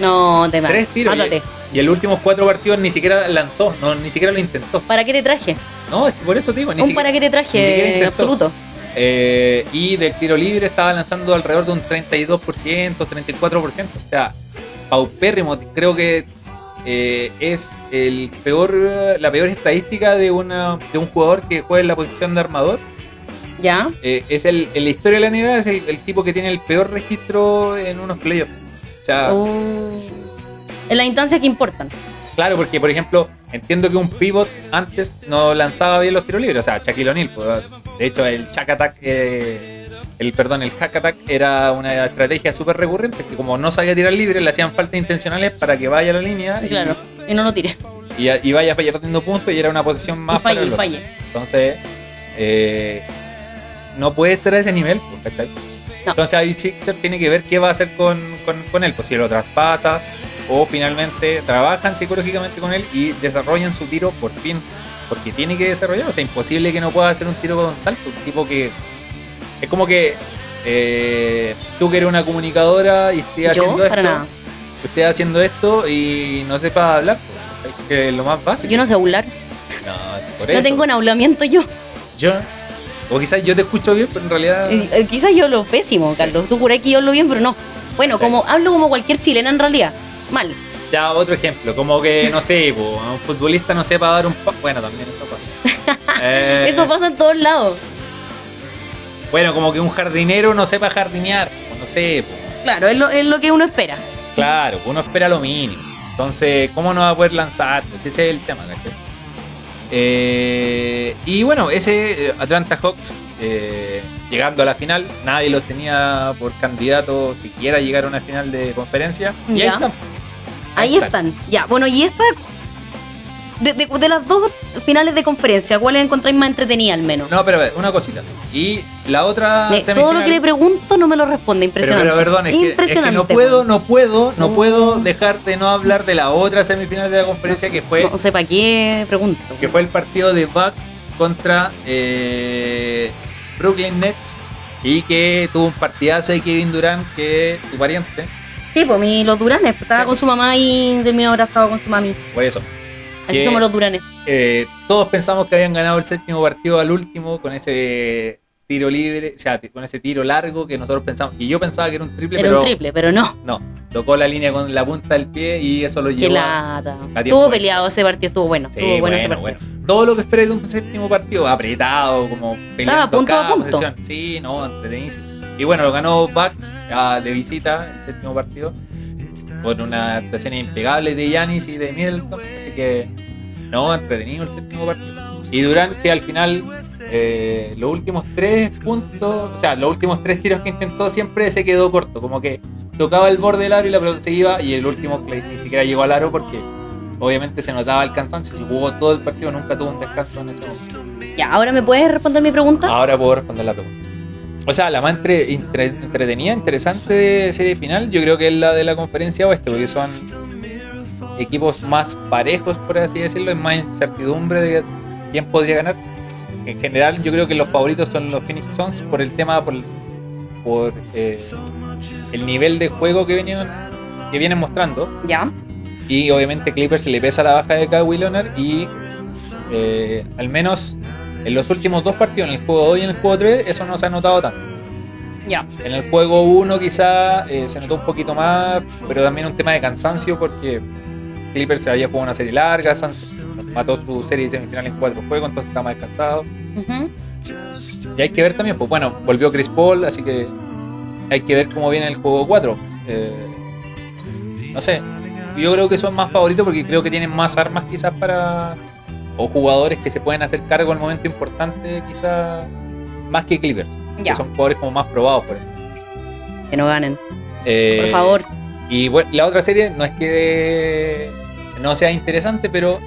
B: No, te mato.
C: Tres tiros, eh.
B: Mátate.
C: Y en los últimos cuatro partidos ni siquiera lanzó, no, ni siquiera lo intentó.
B: ¿Para qué te traje?
C: No, es que por eso te digo, ni
B: Un
C: siquiera.
B: para qué te
C: ni siquiera
B: traje
C: intentó.
B: absoluto.
C: Eh, y del tiro libre estaba lanzando alrededor de un 32%, 34%. O sea, paupérrimo. Creo que eh, es el peor, la peor estadística de, una, de un jugador que juega en la posición de armador.
B: ¿Ya?
C: Eh, es el, en la historia de la NBA es el, el tipo que tiene el peor registro en unos playoffs. O sea,
B: Uh, en las instancias que importan.
C: claro, porque por ejemplo, entiendo que un pivot antes no lanzaba bien los tiros libres. O sea, Shaquille O'Neal. pues, de hecho, el Chuck Attack. eh, el perdón, el hack attack era una estrategia súper recurrente, que como no sabía tirar libre, le hacían faltas intencionales para que vaya a la línea y-
B: Claro. Y no lo tires.
C: y, y vaya perdiendo puntos y era una posición
B: Y
C: más para
B: falle,
C: el
B: y
C: otro.
B: falle.
C: Entonces, eh, no puede estar a ese nivel, pues, ¿cachai?
B: No.
C: Entonces ahí Sixer tiene que ver qué va a hacer con, con- con él, pues si lo traspasa o finalmente trabajan psicológicamente con él y desarrollan su tiro por fin, porque tiene que desarrollar, o sea, imposible que no pueda hacer un tiro con salto, un tipo que es como que eh, tú que eres una comunicadora y estés
B: Yo,
C: haciendo
B: para
C: esto,
B: nada.
C: estés haciendo esto y no sepa hablar, pues, ¿cachai? que es lo más básico.
B: Yo no sé hablar.
C: No, por
B: No
C: eso.
B: tengo enjaulamiento yo.
C: Yo. O quizás yo te escucho bien, pero en realidad.
B: Eh, eh, Quizás yo lo pésimo, Carlos. Tú juré que yo lo bien, pero no. Bueno,
C: Sí. Eh.
B: como hablo como cualquier chilena en realidad. Mal.
C: Ya, otro ejemplo. Como que, no sé, po, a un futbolista no sepa dar un pa- Bueno, también eso pasa. Eh,
B: Eso pasa en todos lados.
C: Bueno, como que un jardinero no sepa jardinear. po, No sé, po.
B: Claro, es lo, es lo que uno espera.
C: Claro, uno espera lo mínimo. Entonces, ¿cómo no va a poder lanzar? Pues ese es el tema, ¿cachai? Eh, y bueno, ese eh, Atlanta Hawks eh, llegando a la final, nadie los tenía por candidato siquiera a llegar a una final de conferencia. Y ahí
B: Ya.
C: están.
B: Ahí están. Ya, bueno, y esta. De, de- de las dos finales de conferencia, ¿cuál encontráis más entretenida al menos?
C: No, pero a ver, una cosita. Y la otra
B: Me- todo lo que le pregunto no me lo responde,
C: pero,
B: impresionante.
C: pero perdón, es que, es que no
B: Impresionante,
C: puedo,
B: weón.
C: no puedo, no
B: Oh.
C: puedo dejar de no hablar de la otra semifinal de la conferencia que fue,
B: No sé para qué pregunto.
C: que fue el partido de Bucks contra eh, Brooklyn Nets y que tuvo un partidazo de Kevin Durant que es tu pariente,
B: Sí, pues mi, los duranes. Estaba
C: Sí.
B: con su mamá y terminó abrazado con su mami.
C: por eso.
B: Así
C: Que-
B: somos los duranes.
C: Eh, todos pensamos que habían ganado el séptimo partido al último con ese tiro libre, o sea, con ese tiro largo que nosotros pensamos. Y yo pensaba que era un triple,
B: Era
C: pero
B: un triple, pero no.
C: No, tocó la línea con la punta del pie y eso lo
B: Qué
C: llevó. a-
B: lata.
C: a tiempo
B: Estuvo
C: extra.
B: peleado ese partido, estuvo bueno.
C: Sí,
B: estuvo bueno, ese
C: bueno,
B: partido.
C: bueno. Todo lo que esperé de un séptimo partido, apretado, como peleando
B: punto a
C: cada
B: punto.
C: posesión. Sí, no, entretenidísimo. Y bueno, lo ganó Bucks ah, de visita el séptimo partido con una actuación impecable de Yanis y de Middleton, así que no, entretenido el séptimo partido. Y durante al final eh, los últimos tres puntos, o sea, los últimos tres tiros que intentó siempre se quedó corto, como que tocaba el borde del aro y la pelota se iba y el último play ni siquiera llegó al aro porque obviamente se notaba el cansancio, si jugó todo el partido nunca tuvo un descanso en ese momento.
B: Ya, ¿ahora me puedes responder mi pregunta?
C: Ahora puedo responder la pregunta. O sea, la más entre- entre- entretenida, interesante de serie final, yo creo que es la de la conferencia oeste, porque son equipos más parejos, por así decirlo, es más incertidumbre de quién podría ganar. En general, yo creo que los favoritos son los Phoenix Suns por el tema, por, por eh, el nivel de juego que vienen, que vienen mostrando.
B: Ya.
C: Y obviamente Clippers le pesa la baja de Kawhi Leonard y eh, al menos en los últimos dos partidos, en el juego 2 y en el juego 3, eso no se ha notado tanto.
B: Ya.
C: En el juego 1 quizá eh, se notó un poquito más, pero también un tema de cansancio porque Clippers se había jugado una serie larga, Suns mató su serie de semifinal en cuatro juegos, entonces está más cansado.
B: Ujú.
C: Y hay que ver también, pues bueno, volvió Chris Paul, así que hay que ver cómo viene el juego 4. Eh, no sé, yo creo que son más favoritos porque creo que tienen más armas quizás para... o jugadores que se pueden hacer cargo en el momento importante quizás más que Clippers,
B: Ya.
C: que son jugadores como más probados por eso.
B: Que no ganen.
C: Eh,
B: Por favor.
C: Y bueno, la otra serie no es que no sea interesante, pero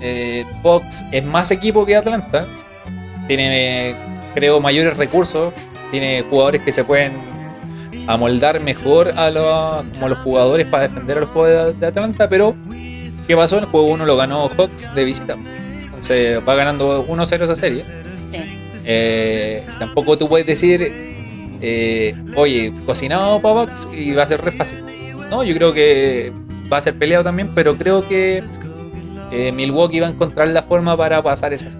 C: eh, Box es más equipo que Atlanta. Tiene, eh, creo, mayores recursos. Tiene jugadores que se pueden amoldar mejor a los, como los jugadores para defender a los jugadores de, de Atlanta. Pero, ¿qué pasó? El juego 1 lo ganó Hawks de visita. Entonces va ganando 1-0 esa serie.
B: Sí.
C: Eh, tampoco tú puedes decir, eh, oye, cocinado para Box y va a ser re fácil. No, yo creo que va a ser peleado también, pero creo que eh, Milwaukee va a encontrar la forma para pasar esas.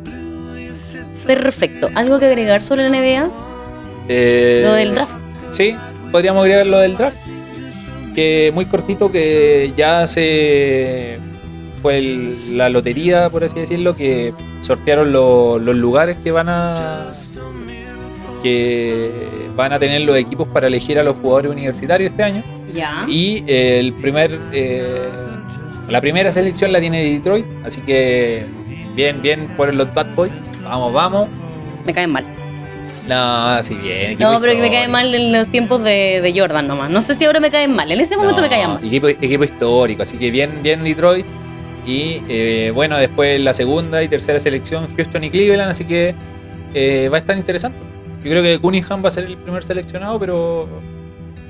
B: Perfecto. ¿Algo que agregar sobre la NBA?
C: Eh,
B: Lo del draft.
C: Sí, podríamos agregar lo del draft. Que muy cortito, que ya se fue el- la lotería, por así decirlo, que sortearon lo- los lugares que van a que van a tener los equipos para elegir a los jugadores universitarios este año.
B: Ya.
C: Y eh, el primer eh, la primera selección la tiene Detroit, así que bien, bien por los Bad Boys. Vamos, vamos.
B: Me caen mal.
C: No, sí, bien. equipo
B: No, pero que me
C: histórico.
B: caen mal en los tiempos de, de Jordan nomás. No sé si ahora me caen mal. En ese este momento me
C: No,
B: caían mal.
C: Equipo, equipo histórico, así que bien, bien Detroit. Y eh, bueno, después la segunda y tercera selección, Houston y Cleveland, así que eh, va a estar interesante. Yo creo que Cunningham va a ser el primer seleccionado, pero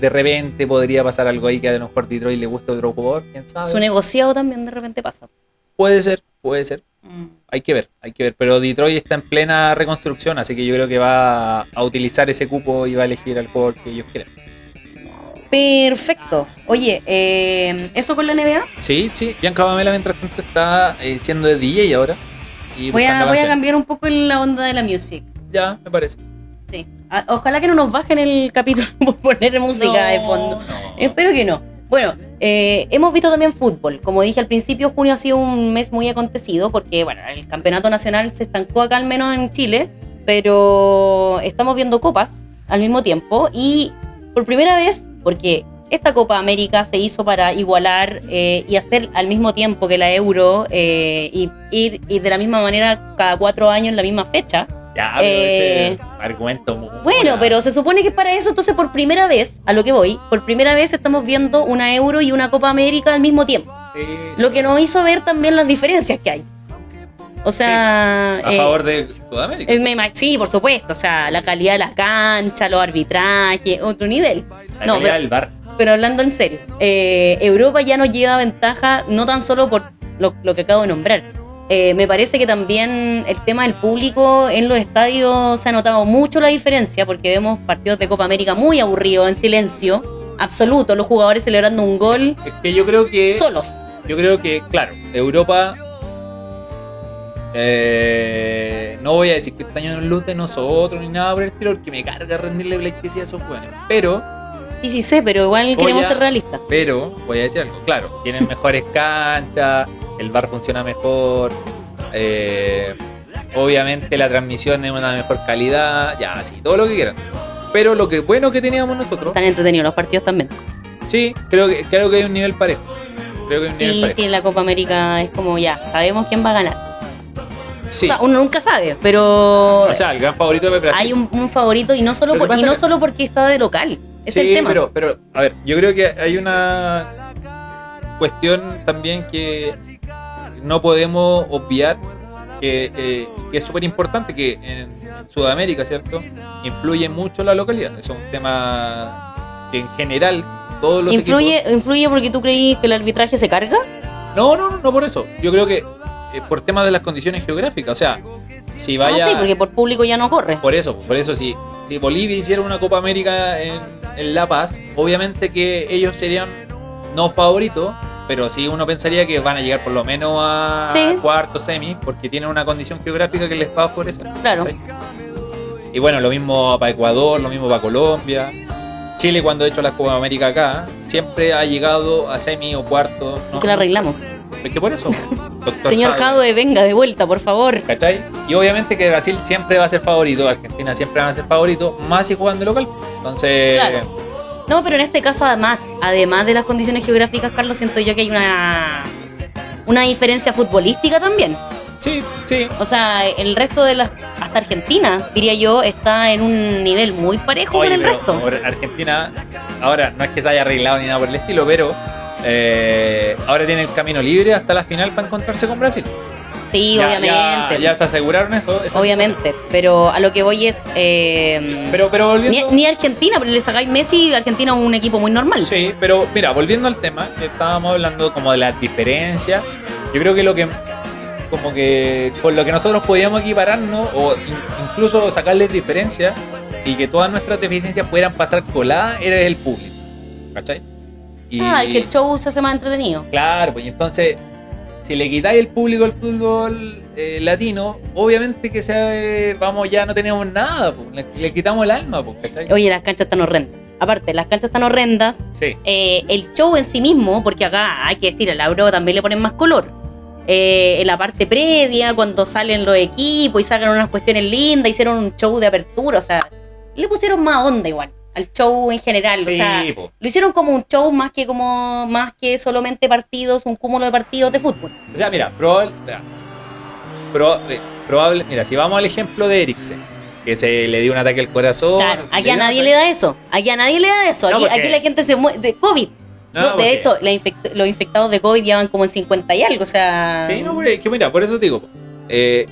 C: de repente podría pasar algo ahí que a lo mejor Detroit le gusta a otro jugador, quién
B: Su
C: sabe.
B: negociado también de repente pasa.
C: Puede ser, puede ser.
B: Mm.
C: Hay que ver, hay que ver. Pero Detroit está en plena reconstrucción, así que yo creo que va a utilizar ese cupo y va a elegir al jugador que ellos quieran.
B: Perfecto. Oye, eh, ¿eso con la NBA?
C: Sí, sí, Bianca Pamela mientras tanto está eh, siendo de DJ ahora. Y
B: Voy a, voy
C: buscando
B: a
C: canciones.
B: cambiar un poco la onda de la music.
C: Ya, me parece.
B: Sí. Ah, Ojalá que no nos bajen el capítulo por poner música de fondo. Este,
C: No.
B: Espero que no. Bueno, eh, hemos visto también fútbol. Como dije al principio, junio ha sido un mes muy acontecido porque, bueno, el campeonato nacional se estancó acá, al menos en Chile, pero estamos viendo copas al mismo tiempo y por primera vez, porque esta Copa América se hizo para igualar eh, y hacer al mismo tiempo que la Euro eh, y ir y de la misma manera cada cuatro años en la misma fecha.
C: Ya, pero
B: Eh,
C: ese argumento. muy-
B: Bueno,
C: o sea,
B: pero se supone que es para eso, entonces por primera vez, a lo que voy, por primera vez estamos viendo una Euro y una Copa América al mismo tiempo.
C: sí, sí.
B: Lo que nos hizo ver también las diferencias que hay. O sea,
C: A
B: eh,
C: favor de Sudamérica.
B: eh, me ima- sí, por supuesto, o sea, la calidad de la cancha, los arbitrajes, otro nivel.
C: La
B: no,
C: calidad
B: pero-
C: del bar.
B: Pero hablando en serio, eh, Europa ya nos lleva ventaja no tan solo por lo, lo que acabo de nombrar. Eh, me parece que también el tema del público en los estadios se ha notado mucho la diferencia porque vemos partidos de Copa América muy aburridos, en silencio, absoluto, los jugadores celebrando un gol
C: Es que yo creo que.
B: solos.
C: Yo creo que, claro, Europa. eh, no voy a decir que está en luz de nosotros ni nada por el estilo, porque me carga rendirle pleitesía a esos jóvenes. Pero.
B: Sí, sí sé, pero igual queremos
C: a-
B: ser realistas.
C: Pero voy a decir algo, claro, tienen mejores canchas, el bar funciona mejor, eh, obviamente la transmisión es una mejor calidad, ya, sí, todo lo que quieran. Pero lo que bueno que teníamos nosotros,
B: Están entretenidos los partidos también.
C: sí, creo que, creo que hay un nivel parejo. Creo que hay un nivel
B: Sí,
C: parejo.
B: sí, la Copa América es como ya, sabemos quién va a ganar.
C: Sí.
B: O sea, uno nunca sabe, pero
C: O sea, el gran favorito de Brasil.
B: hay un, un favorito y no solo
C: Lo que
B: por- y
C: pasa
B: no
C: que-
B: solo porque está de local. Es
C: sí,
B: el tema.
C: Pero, pero, a ver, yo creo que hay una cuestión también que no podemos obviar, que, eh, que es súper importante, que en, en Sudamérica, ¿cierto? Influye mucho la localidad. Es un tema que en general todos los
B: ¿Influye,
C: equipos...
B: ¿Influye porque tú creís que el arbitraje se carga?
C: No, no, no, no por eso. Yo creo que eh, por tema de las condiciones geográficas, o sea, si
B: No
C: vaya...
B: sí, porque por público ya no corre.
C: Por eso, por eso si, si Bolivia hiciera una Copa América en, en La Paz, obviamente que ellos serían no favoritos, pero sí uno pensaría que van a llegar por lo menos a
B: Sí.
C: cuarto semi, porque tienen una condición geográfica que les va a favorecer.
B: Claro.
C: ¿cachai? Y bueno, lo mismo para Ecuador, lo mismo para Colombia. Chile cuando ha hecho la Copa América acá, siempre ha llegado a semi o cuarto. ¿no?
B: Que la arreglamos.
C: Es que por eso. doctor
B: Señor
C: Jadwe.
B: Jadwe, venga de vuelta, por favor.
C: ¿Cachai? Y obviamente que Brasil siempre va a ser favorito, Argentina siempre va a ser favorito, más si juegan de local. Entonces,
B: Claro. No, pero en este caso además, además de las condiciones geográficas, Carlos, siento yo que hay una una diferencia futbolística también.
C: sí, sí.
B: O sea, el resto de las hasta Argentina, diría yo, está en un nivel muy parejo
C: Oye,
B: con el
C: pero
B: resto.
C: ahora Argentina, ahora no es que se haya arreglado ni nada por el estilo, pero eh, ahora tiene el camino libre hasta la final para encontrarse con Brasil.
B: Sí,
C: Ya-
B: obviamente.
C: ya- Ya, se aseguraron eso. eso sí.
B: obviamente, pero a lo que voy es eh,
C: Pero, pero
B: ni,
C: volviendo.
B: ni Argentina, pero le sacáis Messi, Argentina es un equipo muy normal.
C: Sí, pero mira, volviendo al tema, que estábamos hablando como de las diferencias. Yo creo que lo que como que con lo que nosotros podíamos equipararnos o in- incluso sacarles diferencias y que todas nuestras deficiencias pudieran pasar coladas era el público. ¿Cachai? Y,
B: Ah, es que el show se hace más entretenido.
C: Claro, pues y entonces, si le quitáis el público al fútbol eh, latino, obviamente que se, eh, vamos ya no tenemos nada, pues, le, le quitamos el alma, pues, ¿cachai?
B: Oye, las canchas están horrendas. Aparte, las canchas están horrendas.
C: Sí,
B: eh, el show en sí mismo, porque acá hay que decir, al Auro también le ponen más color. Eh, en la parte previa, cuando salen los equipos y sacan unas cuestiones lindas, hicieron un show de apertura, o sea, le pusieron más onda igual al show en general, o
C: sí,
B: sea,
C: pues.
B: lo hicieron como un show más que como más que solamente partidos, un cúmulo de partidos de fútbol.
C: O sea, mira, probable, mira, Pro- eh, probable- mira, si vamos al ejemplo de Eriksen, que se le dio un ataque al corazón.
B: Claro, aquí a
C: dio un
B: nadie
C: ataque-
B: le da eso, aquí a nadie le da eso,
C: No,
B: aquí,
C: porque-
B: aquí la gente se muere de COVID.
C: No,
B: No,
C: porque-
B: de hecho, la infect- los infectados de COVID ya van como en 50 y algo, o sea...
C: Sí, no, pero es que mira, por eso te digo, eh,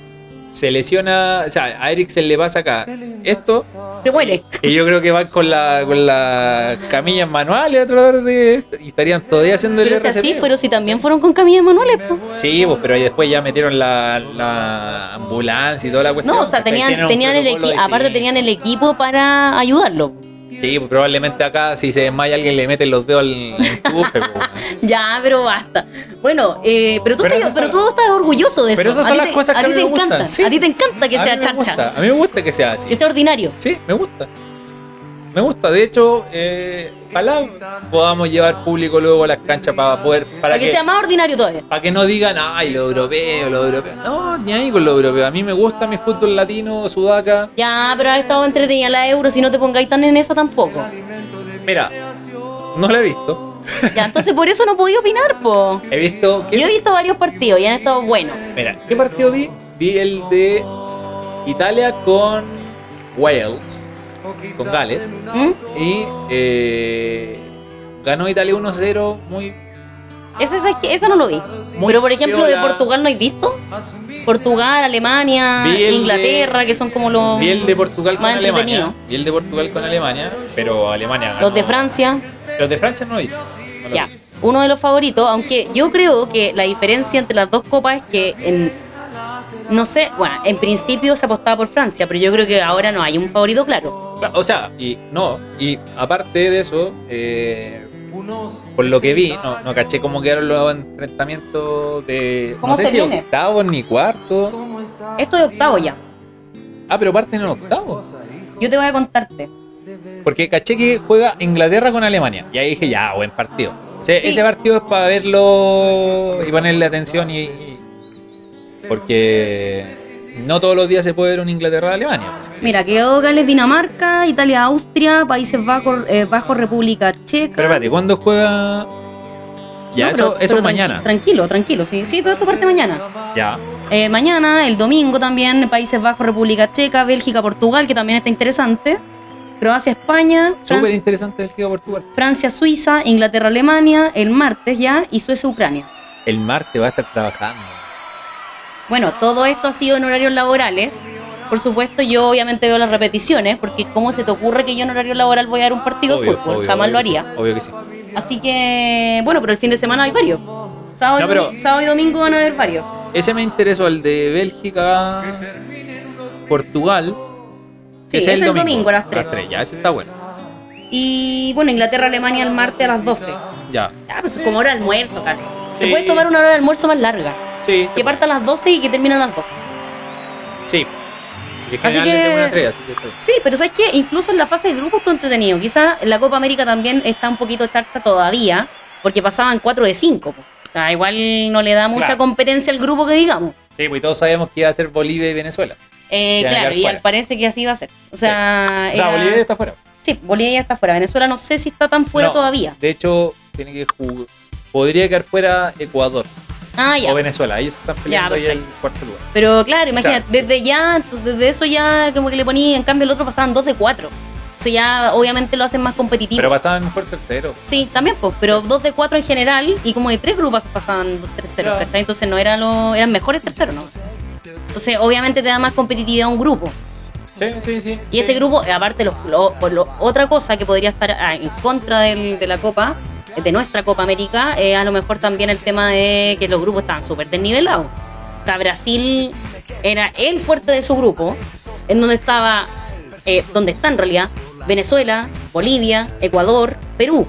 C: se lesiona, o sea, a Eriksen le pasa acá esto,
B: Se muere.
C: y yo creo que van con la con las camillas manuales a tratar de. este, y estarían todavía haciendo el
B: Pero si así,
C: RCP.
B: pero si también fueron con camillas manuales, po.
C: Sí, pues, pero ahí después ya metieron la, la ambulancia y toda la cuestión.
B: No, o sea,
C: ¿cachai? Tienen
B: tenían,
C: un
B: tenían el
C: protocolo
B: equipo, aparte
C: distinto.
B: tenían el equipo para ayudarlo.
C: Sí, pues, probablemente acá si se desmaya alguien le mete los dedos al enchufe. po, weón.
B: Ya, pero basta. Bueno, eh, pero, tú
C: Pero
B: estás,
C: esas
B: pero
C: son-
B: tú estás orgulloso de eso.
C: pero esas
B: A
C: son
B: ti
C: las
B: te-
C: cosas
B: a
C: que a
B: ti
C: mí
B: te
C: me gustan,
B: encanta.
C: sí.
B: A ti te encanta que
C: A mí
B: sea
C: me
B: chacha,
C: gusta, a mí me gusta que sea así.
B: que sea ordinario.
C: Sí, me gusta. Me gusta. De hecho, eh, ojalá podamos llevar público luego a las canchas para poder.
B: Para
C: Para
B: que,
C: que,
B: sea más ordinario todavía.
C: para que no digan, ay, lo europeo, lo europeo. No, ni ahí con lo europeo. A mí me gusta mi fútbol latino, sudaca.
B: Ya, pero ha estado entretenida la euro, si no te pongáis tan en esa tampoco.
C: Mira, no la he visto.
B: Ya, entonces por eso no podía opinar, po.
C: He visto. ¿qué-
B: Yo he visto varios partidos y han estado buenos.
C: Mira, ¿qué partido vi? Vi el de Italia con Wales, con Gales.
B: ¿Mm?
C: Y eh, ganó Italia 1-0 muy...
B: Ese, ese- ese no lo vi.
C: Muy
B: Pero por ejemplo, de
C: piola.
B: Portugal no hay visto. Portugal, Alemania,
C: Vi el de-
B: Inglaterra, que son como los,
C: Y el de Portugal con
B: Más
C: Alemania.
B: entretenido.
C: Y el de Portugal con Alemania. Pero Alemania ganó.
B: los de Francia.
C: Los de Francia no lo vi. No lo
B: Ya,
C: vi.
B: uno de los favoritos, aunque yo creo que la diferencia entre las dos copas es que en no sé, bueno, en principio se apostaba por Francia, pero yo creo que ahora no hay un favorito claro.
C: Claro, O sea, y no. Y aparte de eso, eh, por lo que vi, no, no caché cómo quedaron los enfrentamientos de...
B: ¿Cómo
C: no sé
B: se
C: si
B: viene?
C: octavos ni cuarto.
B: Esto es octavo ya.
C: Ah, pero parten en octavos.
B: Yo te voy a contarte.
C: Porque caché que juega Inglaterra con Alemania. Y ahí dije, ya, buen partido. O sea,
B: Sí.
C: Ese partido es para verlo y ponerle atención y, y- Porque no todos los días se puede ver un Inglaterra-Alemania. pues.
B: Mira, quedó Gales, Dinamarca, Italia, Austria, Países Bajos, eh, Bajos, República Checa.
C: Pero espérate, ¿cuándo juega...? Ya,
B: No,
C: eso,
B: pero-
C: eso
B: pero
C: es mañana.
B: tranqui- Tranquilo, tranquilo, sí, sí, todo esto parte mañana.
C: Ya.
B: Eh, mañana, el domingo también, Países Bajos, República Checa, Bélgica, Portugal, que también está interesante. Croacia, España,
C: Súper
B: Francia,
C: interesante el Giga Portugal.
B: Francia, Suiza, Inglaterra, Alemania, el martes ya, y Suecia, Ucrania.
C: El martes va a estar trabajando.
B: Bueno, todo esto ha sido en horarios laborales. Por supuesto, yo obviamente veo las repeticiones, porque ¿cómo se te ocurre que yo en horario laboral voy a dar un partido de
C: Obvio,
B: fútbol?
C: obvio,
B: Jamás
C: obvio
B: lo
C: que sí,
B: haría.
C: Obvio que sí.
B: Así que, bueno, pero el fin de semana hay varios. Sábado, y
C: No, pero-
B: domi- sábado y domingo van a haber varios.
C: Ese me interesó, el de Bélgica, Portugal.
B: Sí,
C: que
B: es el domingo a las 3.
C: ya, ese está bueno.
B: Y bueno, Inglaterra, Alemania el martes a las 12.
C: Ya.
B: Ah, pues como hora de almuerzo, Carlos. Te
C: Sí.
B: puedes tomar una hora de almuerzo más larga.
C: Sí.
B: Que parta a las 12 y que termina a las 12.
C: Sí. Y en
B: Así
C: general es de
B: que-
C: una a tres, así que está bien.
B: Sí, pero ¿sabes qué? Incluso en la fase de grupos todo entretenido. Quizás la Copa América también está un poquito charta todavía, porque pasaban 4 de 5. O sea, igual no le da mucha
C: Claro.
B: competencia al grupo que digamos.
C: Sí, pues y todos sabíamos que iba a ser Bolivia y Venezuela.
B: Eh,
C: Ya,
B: claro,
C: quedar
B: y
C: fuera.
B: al parece que así va a ser. O sea,
C: O sea,
B: era-
C: Bolivia está fuera.
B: sí, Bolivia ya está fuera. Venezuela no sé si está tan fuera
C: No.
B: todavía.
C: De hecho, tiene que jugar. Podría quedar fuera Ecuador
B: Ah, ya.
C: o Venezuela. Ellos están peleando ahí el cuarto lugar.
B: Pero claro, imagínate,
C: Claro.
B: desde ya, desde eso ya como que le ponía, en cambio el otro pasaban 2 de 4. Eso ya obviamente lo hacen más competitivo.
C: Pero pasaban mejor tercero.
B: Sí, también, pues, pero dos de cuatro en general y como de tres grupos pasaban dos terceros,
C: Claro.
B: ¿cachai? Entonces no eran los, eran mejores terceros, ¿no? Entonces, obviamente te da más competitividad un grupo.
C: Sí, sí, sí.
B: Y este grupo, aparte, los, lo- por lo- otra cosa que podría estar ah, en contra del- de la Copa, eh, de nuestra Copa América, eh, a lo mejor también el tema de que los grupos estaban súper desnivelados. O sea, Brasil era el fuerte de su grupo, en donde estaba, eh, donde está en realidad, Venezuela, Bolivia, Ecuador, Perú.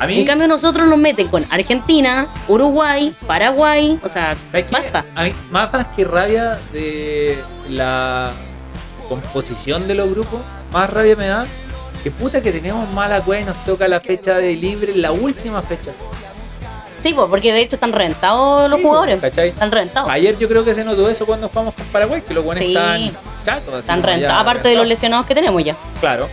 C: A
B: En
C: mí,
B: cambio nosotros nos meten con Argentina, Uruguay, Paraguay, o sea,
C: ¿sabes qué?
B: basta.
C: A mí, más, más que rabia de la composición de los grupos, más rabia me da que puta que tenemos mala cueva y nos toca la fecha de libre, la última fecha.
B: Sí, pues, porque de hecho están reventados los
C: Sí, pues,
B: jugadores.
C: ¿cachai?
B: Están reventados.
C: Ayer yo creo que se notó eso cuando jugamos con Paraguay, que los buenos
B: Oh. Sí.
C: están chatos. así
B: Están
C: como ya
B: reventados, aparte de los
C: reventados.
B: lesionados que tenemos ya.
C: Claro.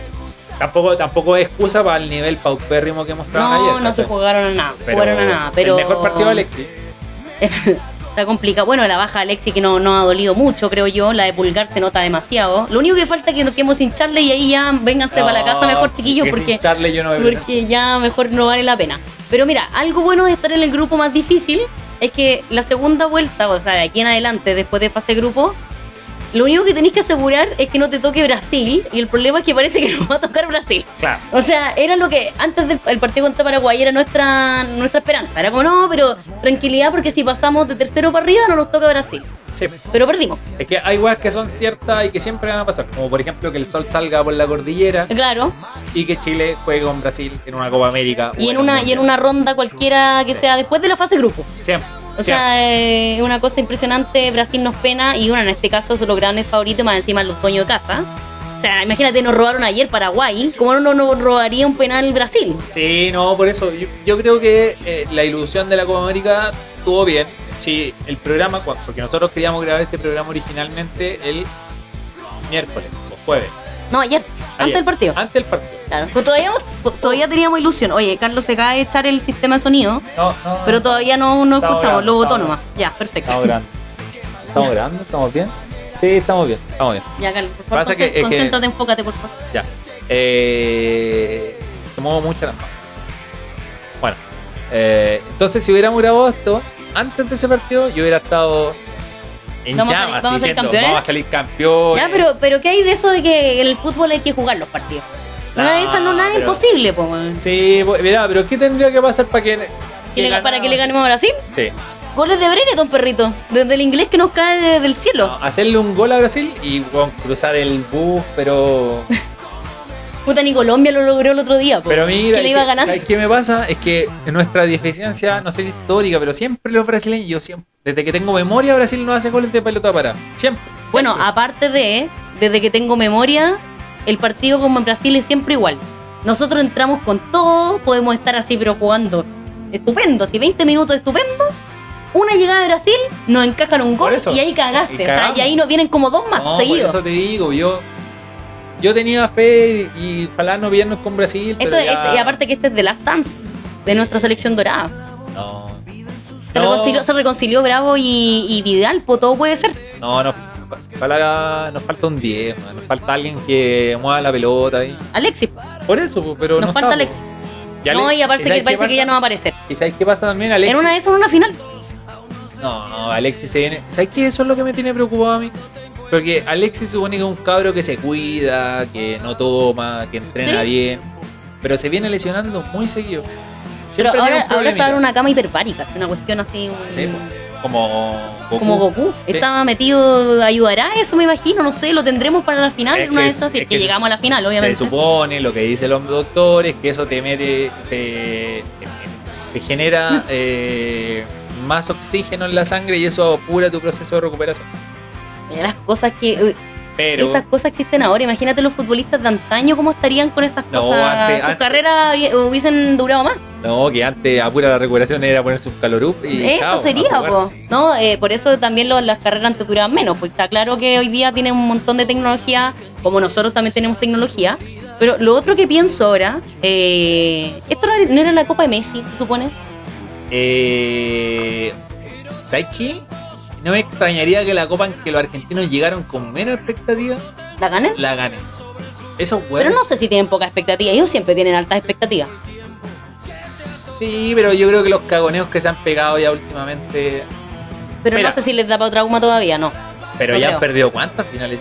C: Tampoco, tampoco es excusa para el nivel paupérrimo que mostraron
B: No,
C: ayer.
B: no se
C: ¿cachai?
B: jugaron a nada,
C: Pero
B: jugaron a nada. Pero
C: El mejor partido de Alexis.
B: Está complicado. Bueno, la baja de Alexi que no, no ha dolido mucho, creo yo. La de Pulgar se nota demasiado. Lo único que falta es que nos quedemos sin charla y ahí ya vénganse para la casa mejor, chiquillos,
C: Ah, que sin
B: porque...
C: Charle yo no me presento.
B: porque ya mejor no vale la pena. Pero mira, algo bueno de estar en el grupo más difícil es que la segunda vuelta, o sea, de aquí en adelante, después de fase de grupo, lo único que tenéis que asegurar es que no te toque Brasil y el problema es que parece que nos va a tocar Brasil.
C: Claro.
B: O sea, era lo que antes del el partido contra Paraguay era nuestra, nuestra esperanza. Era como, no, pero tranquilidad porque si pasamos de tercero para arriba no nos toca Brasil.
C: Sí.
B: Pero perdimos.
C: Es que hay weas que son ciertas y que siempre van a pasar. Como por ejemplo que el sol salga por la cordillera
B: Claro.
C: y que Chile juegue con Brasil en una Copa América. o
B: Y en, una,
C: un
B: y en una
C: Mundial.
B: ronda cualquiera que
C: Sí.
B: sea después de la fase de grupo.
C: Siempre.
B: O sea, eh, es una cosa impresionante, Brasil nos pena y bueno, en este caso son los grandes favoritos, más encima los dueños de casa. O sea, imagínate, nos robaron ayer Paraguay, ¿cómo no nos robaría un penal Brasil?
C: Sí, no, por eso. Yo, yo creo que eh, la ilusión de la Copa América estuvo bien. Sí, el programa, cua- porque nosotros queríamos grabar este programa originalmente el miércoles o jueves.
B: No, ayer, antes
C: ayer, Ah.
B: del partido.
C: Antes del partido.
B: Claro, pues todavía, pues todavía teníamos ilusión. Oye, Carlos se acaba de echar el sistema de sonido,
C: No, no.
B: pero todavía no, no
C: Estamos
B: escuchamos,
C: grabando,
B: lo botó
C: estamos
B: nomás. Ya, perfecto.
C: Estamos grabando. Estamos grabando, estamos bien. Sí, estamos bien, estamos bien.
B: Ya, Carlos, por favor,
C: Pasa que-
B: concé-
C: es que-
B: concéntrate, enfócate, por favor.
C: Ya. Eh, se muevo mucho las manos. Bueno. eh, entonces, si hubiéramos grabado esto antes de ese partido, yo hubiera estado en
B: Vamos a
C: llamas
B: salir- vamos a salir
C: diciendo,
B: campeones.
C: vamos a salir campeones.
B: Ya, pero, pero ¿qué hay de eso de que en el fútbol hay que jugar los partidos? Una de esas no nada
C: pero-
B: imposible, po, weón.
C: Sí, bo- mirá, pero ¿qué tendría que pasar para que,
B: Que le-
C: ganara?
B: para que le ganemos a Brasil.
C: Sí.
B: Goles de Brereton, perrito. Desde el inglés que nos cae de- del cielo.
C: No, hacerle un gol a Brasil y bueno, cruzar el bus, pero.
B: Puta, ni Colombia lo logró el otro día. po.
C: Pero mira,
B: Que le
C: es
B: iba
C: que-
B: ganando.
C: ¿sabes qué me pasa? Es que nuestra deficiencia, no sé si histórica, pero siempre los brasileños, yo siempre, desde que tengo memoria, Brasil no hace goles de pelota para. Siempre.
B: bueno,
C: siempre.
B: aparte de, desde que tengo memoria, el partido con Brasil es siempre igual. Nosotros entramos con todo, podemos estar así, pero jugando estupendo, así 20 minutos estupendo. Una llegada de Brasil, nos encajan un
C: Por
B: gol
C: eso.
B: y ahí cagaste.
C: Y
B: o sea,
C: cagamos.
B: y ahí nos vienen como dos más
C: No, por
B: seguidos.
C: eso te digo, yo. Yo tenía fe y, y ojalá no viernes con Brasil.
B: Esto,
C: pero ya-
B: esto- y aparte que este es de Last Dance, de nuestra selección dorada.
C: No.
B: Se,
C: No.
B: reconcilió, se reconcilió Bravo y, y Vidal, po, todo puede ser.
C: No, no. ojalá- nos falta un 10, man, nos falta alguien que mueva la pelota ahí.
B: Alexis,
C: Por eso, pues, pero
B: nos
C: no
B: falta
C: está,
B: Alexis.
C: pues.
B: No,
C: Ale-
B: y aparte
C: ¿sabes
B: que
C: qué
B: parece que
C: pasa?
B: ya no va a aparecer.
C: ¿Y sabes qué pasa también, Alexis?
B: En una de esas, en una final.
C: No, no, Alexis se viene. ¿Sabes qué? Eso es lo que me tiene preocupado a mí. Porque Alexis supone que es un cabro que se cuida, que no toma, que entrena
B: Sí.
C: bien. Pero se viene lesionando muy seguido.
B: Pero
C: Siempre
B: ahora,
C: tiene un
B: ahora
C: problemita.
B: estaba en una cama hiperbárica, así, una cuestión así. un-
C: Sí, pues, como Goku.
B: Como Goku.
C: Sí.
B: Estaba metido, ayudará eso, me imagino, no sé, lo tendremos para la final.
C: Es
B: en una
C: que
B: de
C: es-
B: esas, si
C: es
B: es que,
C: que se-
B: llegamos a la final,
C: Se
B: obviamente.
C: supone, lo que dicen los doctores, que eso te mete. te, te- te genera eh, más oxígeno en la sangre y eso apura tu proceso de recuperación.
B: Mira Las Eh, cosas que. uy,
C: Pero-
B: estas cosas existen ahora. Imagínate los futbolistas de antaño cómo estarían con estas
C: No,
B: cosas.
C: antes-
B: Sus
C: antes-
B: carreras habría- hubiesen durado más.
C: No, que antes apura la recuperación era ponerse un calorup y
B: eso
C: chao, a
B: sería,
C: jugar.
B: po, ¿no? Eh, por eso también lo- las carreras antes duraban menos. Pues está claro que hoy día tienen un montón de tecnología, como nosotros también tenemos tecnología. Pero lo otro que pienso ahora, eh, esto no era- no era la Copa de Messi, se supone.
C: Eh, ¿Sabes qué? No me extrañaría que la copa en que los argentinos llegaron con menos expectativas
B: ¿La ganan?
C: la ganen. Eso bueno.
B: Pero no sé si tienen poca expectativa. Ellos siempre tienen altas expectativas.
C: Sí, pero yo creo que los cagoneos que se han pegado ya últimamente.
B: Pero
C: Mira.
B: no sé si les da para trauma todavía, no.
C: Pero
B: No
C: ya
B: creo.
C: han perdido cuántas finales.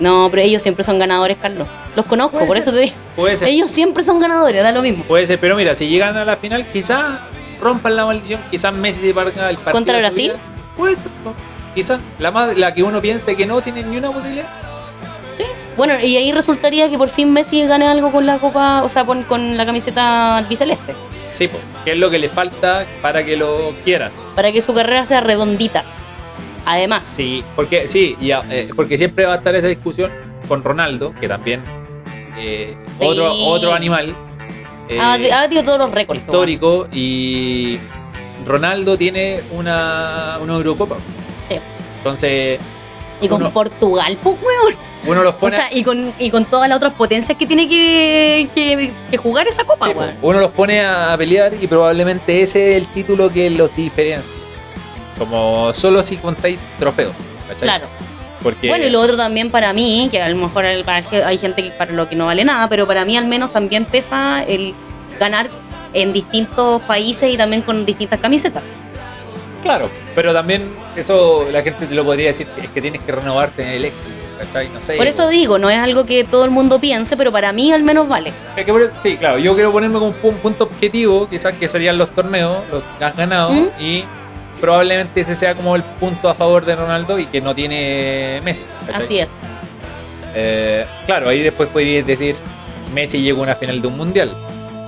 B: No, pero ellos siempre son ganadores, Carlos. Los conozco,
C: Puede
B: por
C: ser.
B: eso te digo.
C: Puede ser,
B: Ellos siempre son ganadores, da lo mismo.
C: puede ser. Pero mira, si llegan a la final, quizás rompan la maldición. Quizás Messi se parta el partido.
B: ¿Contra
C: de su
B: Brasil?
C: vida. Puede ser. po. Quizás la, más- la que uno piense que no tiene ni una posibilidad.
B: Bueno, y ahí resultaría que por fin Messi gane algo con la copa, o sea, con, con la camiseta albiceleste,
C: Sí, pues. ¿Qué es lo que le falta para que lo quieran?
B: para que su carrera sea redondita. Además,
C: Sí, porque, sí, y a- eh, porque siempre va a estar esa discusión con Ronaldo, que también eh,
B: Sí. Ah,
C: otro, otro animal eh,
B: ha, ha batido todos los récords.
C: histórico y Ronaldo tiene una, una Eurocopa.
B: Sí.
C: Entonces,
B: weón. Y con
C: uno-
B: Portugal, pues, weón.
C: uno los
B: O
C: pone,
B: sea, y con, y con todas las otras potencias que tiene que, que- que jugar esa copa,
C: sí, pues.
B: weón.
C: uno los pone a pelear y probablemente ese es el título que los diferencia. Como solo si contáis trofeos. ¿cachai?
B: Claro.
C: Porque
B: Bueno, y lo otro también para mí, que a lo mejor al- para ge- hay gente que para lo que no vale nada, pero para mí al menos también pesa el ganar en distintos países y también con distintas camisetas.
C: Claro, pero también eso la gente te lo podría decir, es que tienes que renovarte en el éxito, ¿cachai? No sé.
B: Por eso digo, no es algo que todo el mundo piense, pero para mí al menos vale.
C: Es que por eso- sí, claro, yo quiero ponerme como un pu- un punto objetivo, quizás que serían los torneos, los que has ganado,
B: ¿Mm?
C: y probablemente ese sea como el punto a favor de Ronaldo y que no tiene Messi. ¿cachai?
B: Así es.
C: Eh, claro, ahí después podrías decir, Messi llegó a una final de un mundial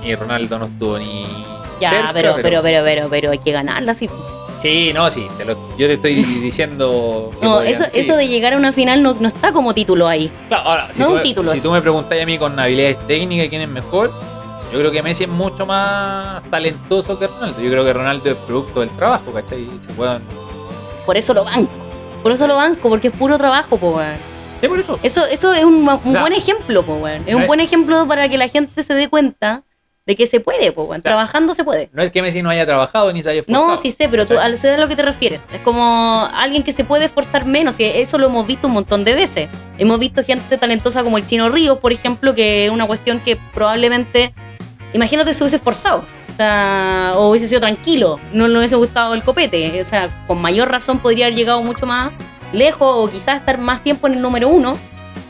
C: y Ronaldo no estuvo ni...
B: Ya,
C: cerca,
B: pero, pero, pero, pero, pero hay que ganarla pues. así.
C: Sí, no, sí, te lo- yo te estoy diciendo... que
B: No,
C: podrían-
B: eso,
C: sí.
B: eso de llegar a una final no, no está como título ahí.
C: Claro, ahora, si,
B: No
C: tú,
B: un título
C: si
B: eso.
C: tú me preguntáis a mí con habilidades técnicas quién es mejor, yo creo que Messi es mucho más talentoso que Ronaldo. Yo creo que Ronaldo es producto del trabajo, ¿cachai? Se puedan...
B: Por eso lo banco. Por eso lo banco, porque es puro trabajo, po, weón.
C: Sí, por eso.
B: Eso, eso es un, un
C: O sea, eh,
B: buen ejemplo, po, weón. Es un
C: no es-
B: buen ejemplo para que la gente se dé cuenta de que se puede, po, weón.
C: sea,
B: Trabajando se puede.
C: No es que Messi no haya trabajado ni se haya esforzado.
B: No, sí sé, pero tú
C: ¿cachai?
B: al sé a lo que te refieres. Es como alguien que se puede esforzar menos, y eso lo hemos visto un montón de veces. Hemos visto gente talentosa como el Chino Ríos, por ejemplo, que es una cuestión que probablemente, imagínate, se hubiese esforzado. O, sea, o hubiese sido tranquilo, no le hubiese gustado el copete. O sea, con mayor razón podría haber llegado mucho más lejos o quizás estar más tiempo en el número uno.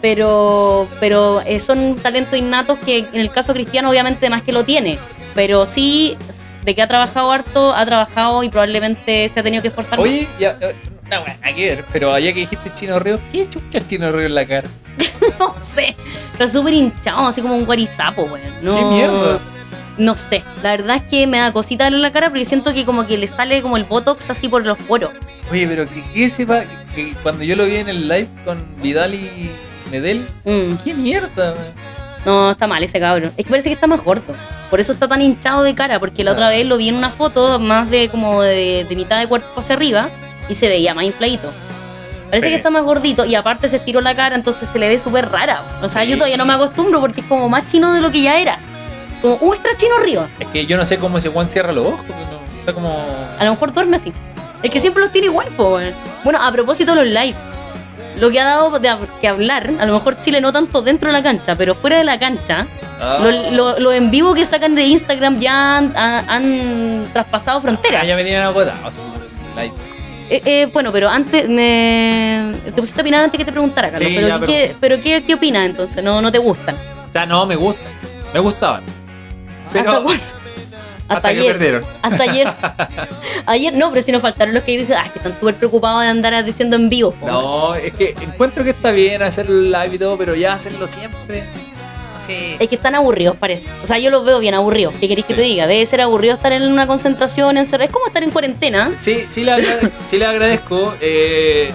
B: Pero, pero eh, son talentos innatos que en el caso cristiano obviamente más que lo tiene pero sí de que ha trabajado harto, ha trabajado y probablemente se ha tenido que esforzar más.
C: Oye, ya, eh, no, bueno, hay que ver, pero allá que dijiste Chino Ríos, ¿qué chucha el Chino Ríos en la cara?
B: No sé, está súper hinchado, así como un guarizapo, weón. No,
C: ¡Qué mierda!
B: No sé, la verdad es que me da cosita en la cara porque siento que como que le sale como el botox así por los poros.
C: Oye, pero que, que sepa que cuando yo lo vi en el live con Vidal y Medel,
B: Mm,
C: ¡qué mierda! man?
B: no, está mal ese cabrón. Es que parece que está más gordo. Por eso está tan hinchado de cara, porque la
C: Ah.
B: otra vez lo vi en una foto más de como de, de mitad de cuerpo hacia arriba y se veía más infladito. Parece
C: Sí.
B: que está más gordito y aparte se estiró la cara, entonces se le ve súper rara. O sea,
C: Sí.
B: yo todavía no me acostumbro porque es como más chino de lo que ya era. Como ultra chino río.
C: Es que yo no sé cómo ese Juan cierra los ojos, no, está como...
B: A lo mejor duerme así. Es
C: Oh.
B: que siempre los tiene igual, po, weón. Bueno, a propósito de los live, lo que ha dado de hab- que hablar, a lo mejor Chile no tanto dentro de la cancha, pero fuera de la cancha,
C: Ah.
B: los lo, lo en vivo que sacan de Instagram ya han, han- han traspasado
C: Ah,
B: fronteras.
C: ya me tienen agotado. así, like.
B: Eh, eh, bueno, pero antes me... Te pusiste a opinar antes que te preguntara, Carlos.
C: Sí,
B: pero ¿qué-
C: ya, pero-
B: ¿qué, pero qué, qué opinas entonces? ¿No, ¿No te gustan?
C: O sea, no, me gustan. Me gustaban. Pero
B: ¿Hasta
C: hasta,
B: cuándo? Hasta, ayer.
C: que perdieron.
B: Hasta ayer. ayer no, pero si nos faltaron los que dicen, ah, que están súper preocupados de andar diciendo en vivo. po".
C: No, es que encuentro que está bien hacer el live y todo, pero ya hacerlo siempre. Sí.
B: Es que están aburridos, parece. O sea, yo los veo bien aburridos. ¿Qué queréis que
C: Sí.
B: te diga? Debe ser aburrido estar en una concentración, encerrado. Es como estar en cuarentena.
C: Sí, sí le, agra- sí le agradezco eh,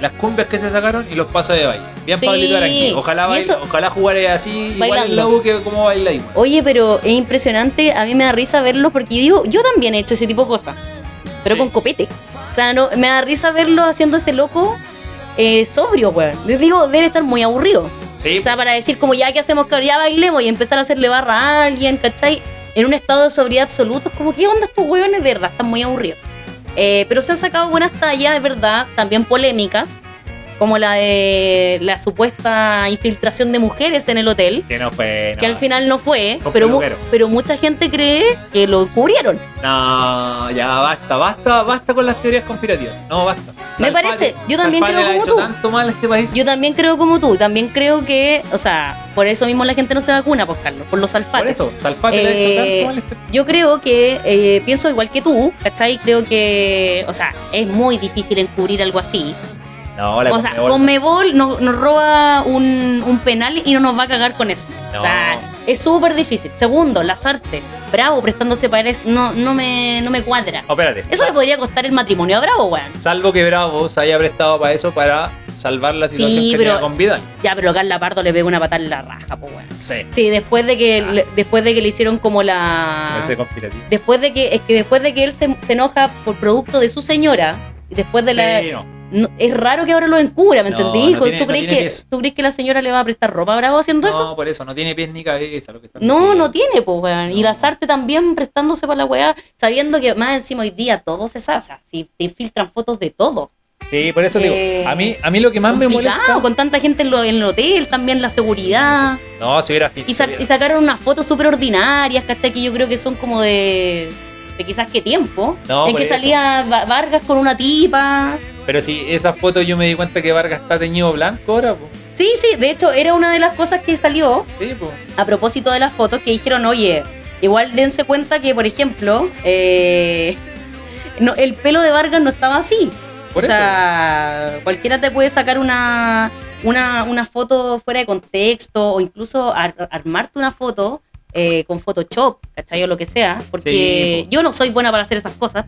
C: las cumbias que se sacaron y los pasos de baile. Bien
B: Sí.
C: Pablito Arangui. Ojalá,
B: Y
C: bail-
B: eso-
C: ojalá jugaré así igual en la
B: Bailando.
C: U que como baila ahí.
B: Oye, pero es impresionante, a mí me da risa verlos porque yo digo, yo también he hecho ese tipo de cosas, pero
C: Sí.
B: con copete. O sea, no, me da risa verlos haciendo ese loco eh, sobrio, weón. Les digo, debe estar muy aburrido.
C: Sí,
B: O sea, para decir como ya que hacemos que ya bailemos y empezar a hacerle barra a alguien, ¿cachai? En un estado de sobriedad absoluto, es como, ¿qué onda estos hueones? De verdad, están muy aburridos. Eh, pero se han sacado buenas tallas, es verdad, también polémicas, como la de la supuesta infiltración de mujeres en el hotel,
C: que no fue.
B: que
C: no.
B: al final no fue,
C: Con
B: pero, mu-
C: peluquero.
B: pero mucha gente cree que lo cubrieron.
C: No, ya basta, basta, basta con las teorías conspirativas. No, basta.
B: Me parece, yo también creo
C: le ha
B: como
C: hecho
B: tú.
C: tanto mal a este país.
B: Yo también creo como tú, también creo que, o sea, por eso mismo la gente no se vacuna, pues Carlos, por los alfares.
C: Por eso, Salfate le ha
B: Eh,
C: hecho tanto mal a este
B: Yo creo que, eh, pienso igual que tú, ¿cachai? Creo que, o sea, es muy difícil encubrir algo así.
C: No, la
B: o sea,
C: Conmebol no.
B: Conmebol nos, nos roba un, un penal y no nos va a cagar con eso.
C: No.
B: O sea, es súper difícil. Segundo, las artes. Bravo, prestándose para eso, no, no, me, no me cuadra.
C: Oh, espérate.
B: Eso le podría costar el matrimonio a Bravo, weón.
C: Salvo que Bravo se haya prestado para eso para salvar la situación que
B: pero-
C: tenía con Vidal.
B: Ya, pero Carla Pardo le pega una patada en la raja, pues, weón.
C: Sí,
B: Sí, después de que,
C: Ah.
B: le- después de que le hicieron como la...
C: ese conspirativo.
B: Después de que, es que después de que él se, se enoja por producto de su señora, y después de la,
C: Sí, no.
B: No, es raro que ahora lo encubra, ¿me
C: No,
B: entendí?
C: no
B: hijo?
C: tiene-
B: ¿Tú,
C: no
B: crees
C: tiene
B: que,
C: pies.
B: ¿Tú crees que la señora le va a prestar ropa a bravo haciendo eso?
C: No, por eso, no tiene pies ni cabeza lo que están
B: No,
C: diciendo.
B: no tiene, pues, weón. Y
C: No.
B: Lazarte también prestándose para la weá, sabiendo que más encima hoy día todo se sabe, o sea, si te filtran fotos de todo.
C: Sí, por eso te
B: Eh,
C: digo, a mí, a mí lo que más me
B: Complicado,
C: molesta...
B: con tanta gente en, lo- en el hotel, también la seguridad.
C: No, si hubiera
B: Y, sa- y sacaron unas fotos súper ordinarias, ¿cachai? Que yo creo que son como de, de quizás qué tiempo.
C: No,
B: en
C: por
B: que
C: eso.
B: salía Va- Vargas con una tipa.
C: Pero si esas fotos yo me di cuenta que Vargas está teñido blanco ahora, po.
B: Sí, sí, de hecho era una de las cosas que salió.
C: Sí, po.
B: a propósito de las fotos que dijeron, oye, igual dense cuenta que, por ejemplo, eh, no, el pelo de Vargas no estaba así.
C: Por
B: o
C: eso.
B: sea, cualquiera te puede sacar una, una, una foto fuera de contexto o incluso ar- armarte una foto eh, con Photoshop, ¿cachai? O lo que sea. Porque
C: Sí, po.
B: yo no soy buena para hacer esas cosas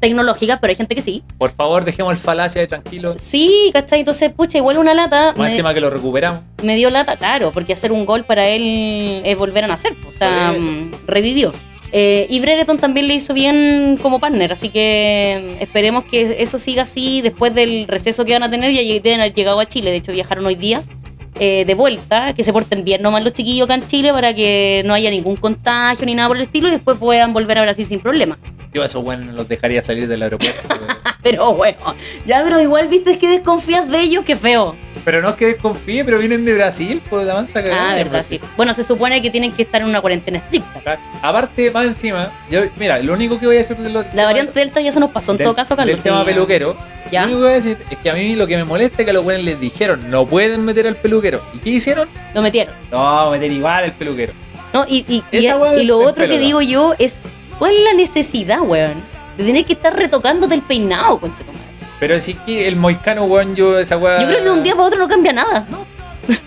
B: tecnológicas, pero hay gente que sí.
C: Por favor, dejemos el falacia de tranquilo.
B: Sí, ¿cachai? Entonces, pucha, igual una lata.
C: Más
B: me-
C: encima que lo recuperamos.
B: me dio lata, claro, porque hacer un gol para él es volver a nacer, o sea,
C: Por eso.
B: mm, revivió. Eh, y Brereton también le hizo bien como partner, así que mm, esperemos que eso siga así después del receso que van a tener, ya lleg- deben haber llegado a Chile, de hecho viajaron hoy día eh, de vuelta, que se porten bien nomás los chiquillos acá en Chile para que no haya ningún contagio ni nada por el estilo y después puedan volver a Brasil sin problema.
C: Yo a esos buenos los dejaría salir del aeropuerto. weón.
B: Pero bueno, ya pero igual viste es que desconfías de ellos, qué feo.
C: pero no es que desconfíe, pero vienen de Brasil, pues la mansa cagada
B: Ah,
C: de
B: verdad, sí.
C: Brasil.
B: Bueno, se supone que tienen que estar en una cuarentena estricta.
C: Claro. Aparte, más encima, yo, mira, lo único que voy a decir de los.
B: La variante Delta ya se nos pasó en todo caso, Carlos.
C: Del tema
B: sí, ya.
C: peluquero. Lo
B: Ya.
C: único que voy a decir es que a mí lo que me molesta es que a los buenos les dijeron, no pueden meter al peluquero. ¿Y qué hicieron?
B: Lo metieron.
C: No, meter igual al peluquero.
B: ¿no? Y, y, y-
C: Esa weá
B: y lo
C: es
B: otro que
C: peluda.
B: digo yo es: ¿cuál es la necesidad, weón? De tener que estar retocándote el peinado, concha tu madre?
C: Pero sí que el moicano, weón, yo esa weá.
B: Yo creo que de un día para otro no cambia nada. No,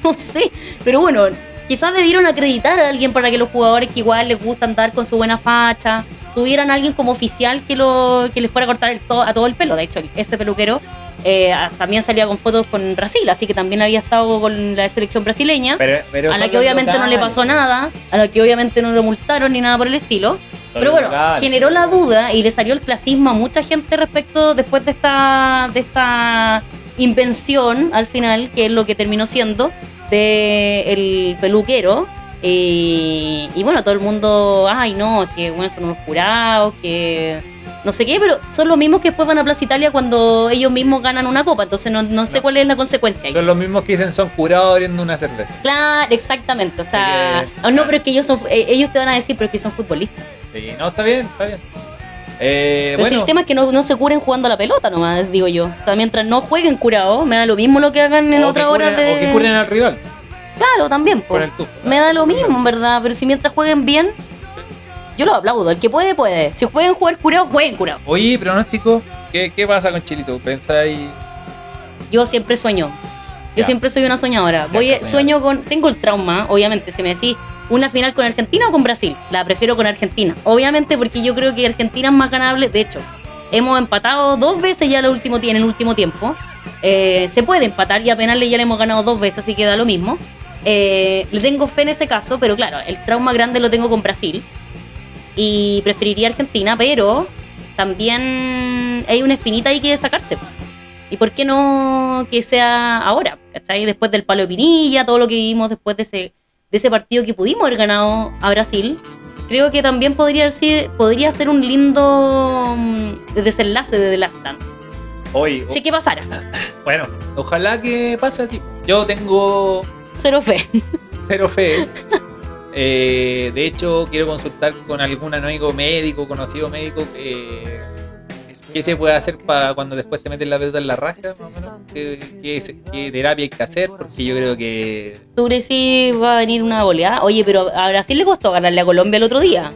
C: No.
B: sé. Pero bueno, quizás debieron acreditar a alguien para que los jugadores que igual les gusta andar con su buena facha tuvieran alguien como oficial que lo que les fuera a cortar el to- a todo el pelo. De hecho, este peluquero eh, a- también salía con fotos con Brasil, así que también había estado con la selección brasileña.
C: Pero, pero
B: a
C: son
B: la que
C: los
B: obviamente no le
C: locales,
B: pasó nada, a la que obviamente no lo multaron ni nada por el estilo.
C: son
B: Pero
C: los
B: bueno,
C: locales.
B: generó la duda y le salió el clasismo a mucha gente respecto después de esta, de esta invención al final, que es lo que terminó siendo de el peluquero. Eh, y bueno, todo el mundo, ay no, es que bueno, son unos jurados, que no sé qué, pero son los mismos que después van a Plaza Italia cuando ellos mismos ganan una copa, entonces no, no sé
C: No.
B: cuál es la consecuencia. ahí.
C: Son los mismos que dicen son curados abriendo una cerveza.
B: Claro, exactamente. O sea,
C: Así
B: ah, no, pero es que ellos son, eh, ellos te van a decir, pero es que son futbolistas.
C: Sí, no, está bien, está bien. Eh,
B: Pero si
C: bueno,
B: el tema es que no, no se curen jugando a la pelota nomás, digo yo. O sea, mientras no jueguen curado, me da lo mismo lo que hagan en
C: o
B: otra
C: que
B: hora
C: curen-
B: de.
C: O que curen al rival
B: Claro, también. po.
C: con el tufo.
B: Me da lo mismo, en verdad. Pero si mientras jueguen bien, yo lo aplaudo. El que puede, puede. Si pueden jugar curado, jueguen curado.
C: Oye, pronóstico, ¿qué, qué pasa con Chilito? ¿Pensáis?
B: Yo siempre sueño. Yo
C: Ya.
B: siempre soy una soñadora.
C: Ya,
B: Voy,
C: una soñadora.
B: sueño con. Tengo el trauma, obviamente. Si me decís una final con Argentina o con Brasil, la prefiero con Argentina. Obviamente, porque yo creo que Argentina es más ganable. De hecho, hemos empatado dos veces ya el último, tie- en el último tiempo. Eh, se puede empatar y a Penales ya le hemos ganado dos veces, así que da lo mismo. Eh, le tengo fe en ese caso, pero claro, el trauma grande lo tengo con Brasil. Y preferiría Argentina, pero también hay una espinita ahí que sacarse. ¿Y por qué no que sea ahora? ¿Cachai? Después del palo de Pinilla, todo lo que vimos después de ese, de ese partido que pudimos haber ganado a Brasil, creo que también podría ser, podría ser un lindo mm, desenlace de The Last Dance.
C: Oh. Hoy,
B: Sé que pasara,
C: bueno, ojalá que pase así. Yo tengo
B: cero fe.
C: cero fe. Eh, de hecho, quiero consultar con algún amigo médico, conocido médico, eh, qué se puede hacer para cuando después te meten la pelota en la raja, más o menos? ¿Qué, qué se- qué terapia hay que hacer, porque yo creo que
B: ¿Tú crees si va a venir una oleada? Oye, pero a Brasil le costó ganarle a Colombia el otro día.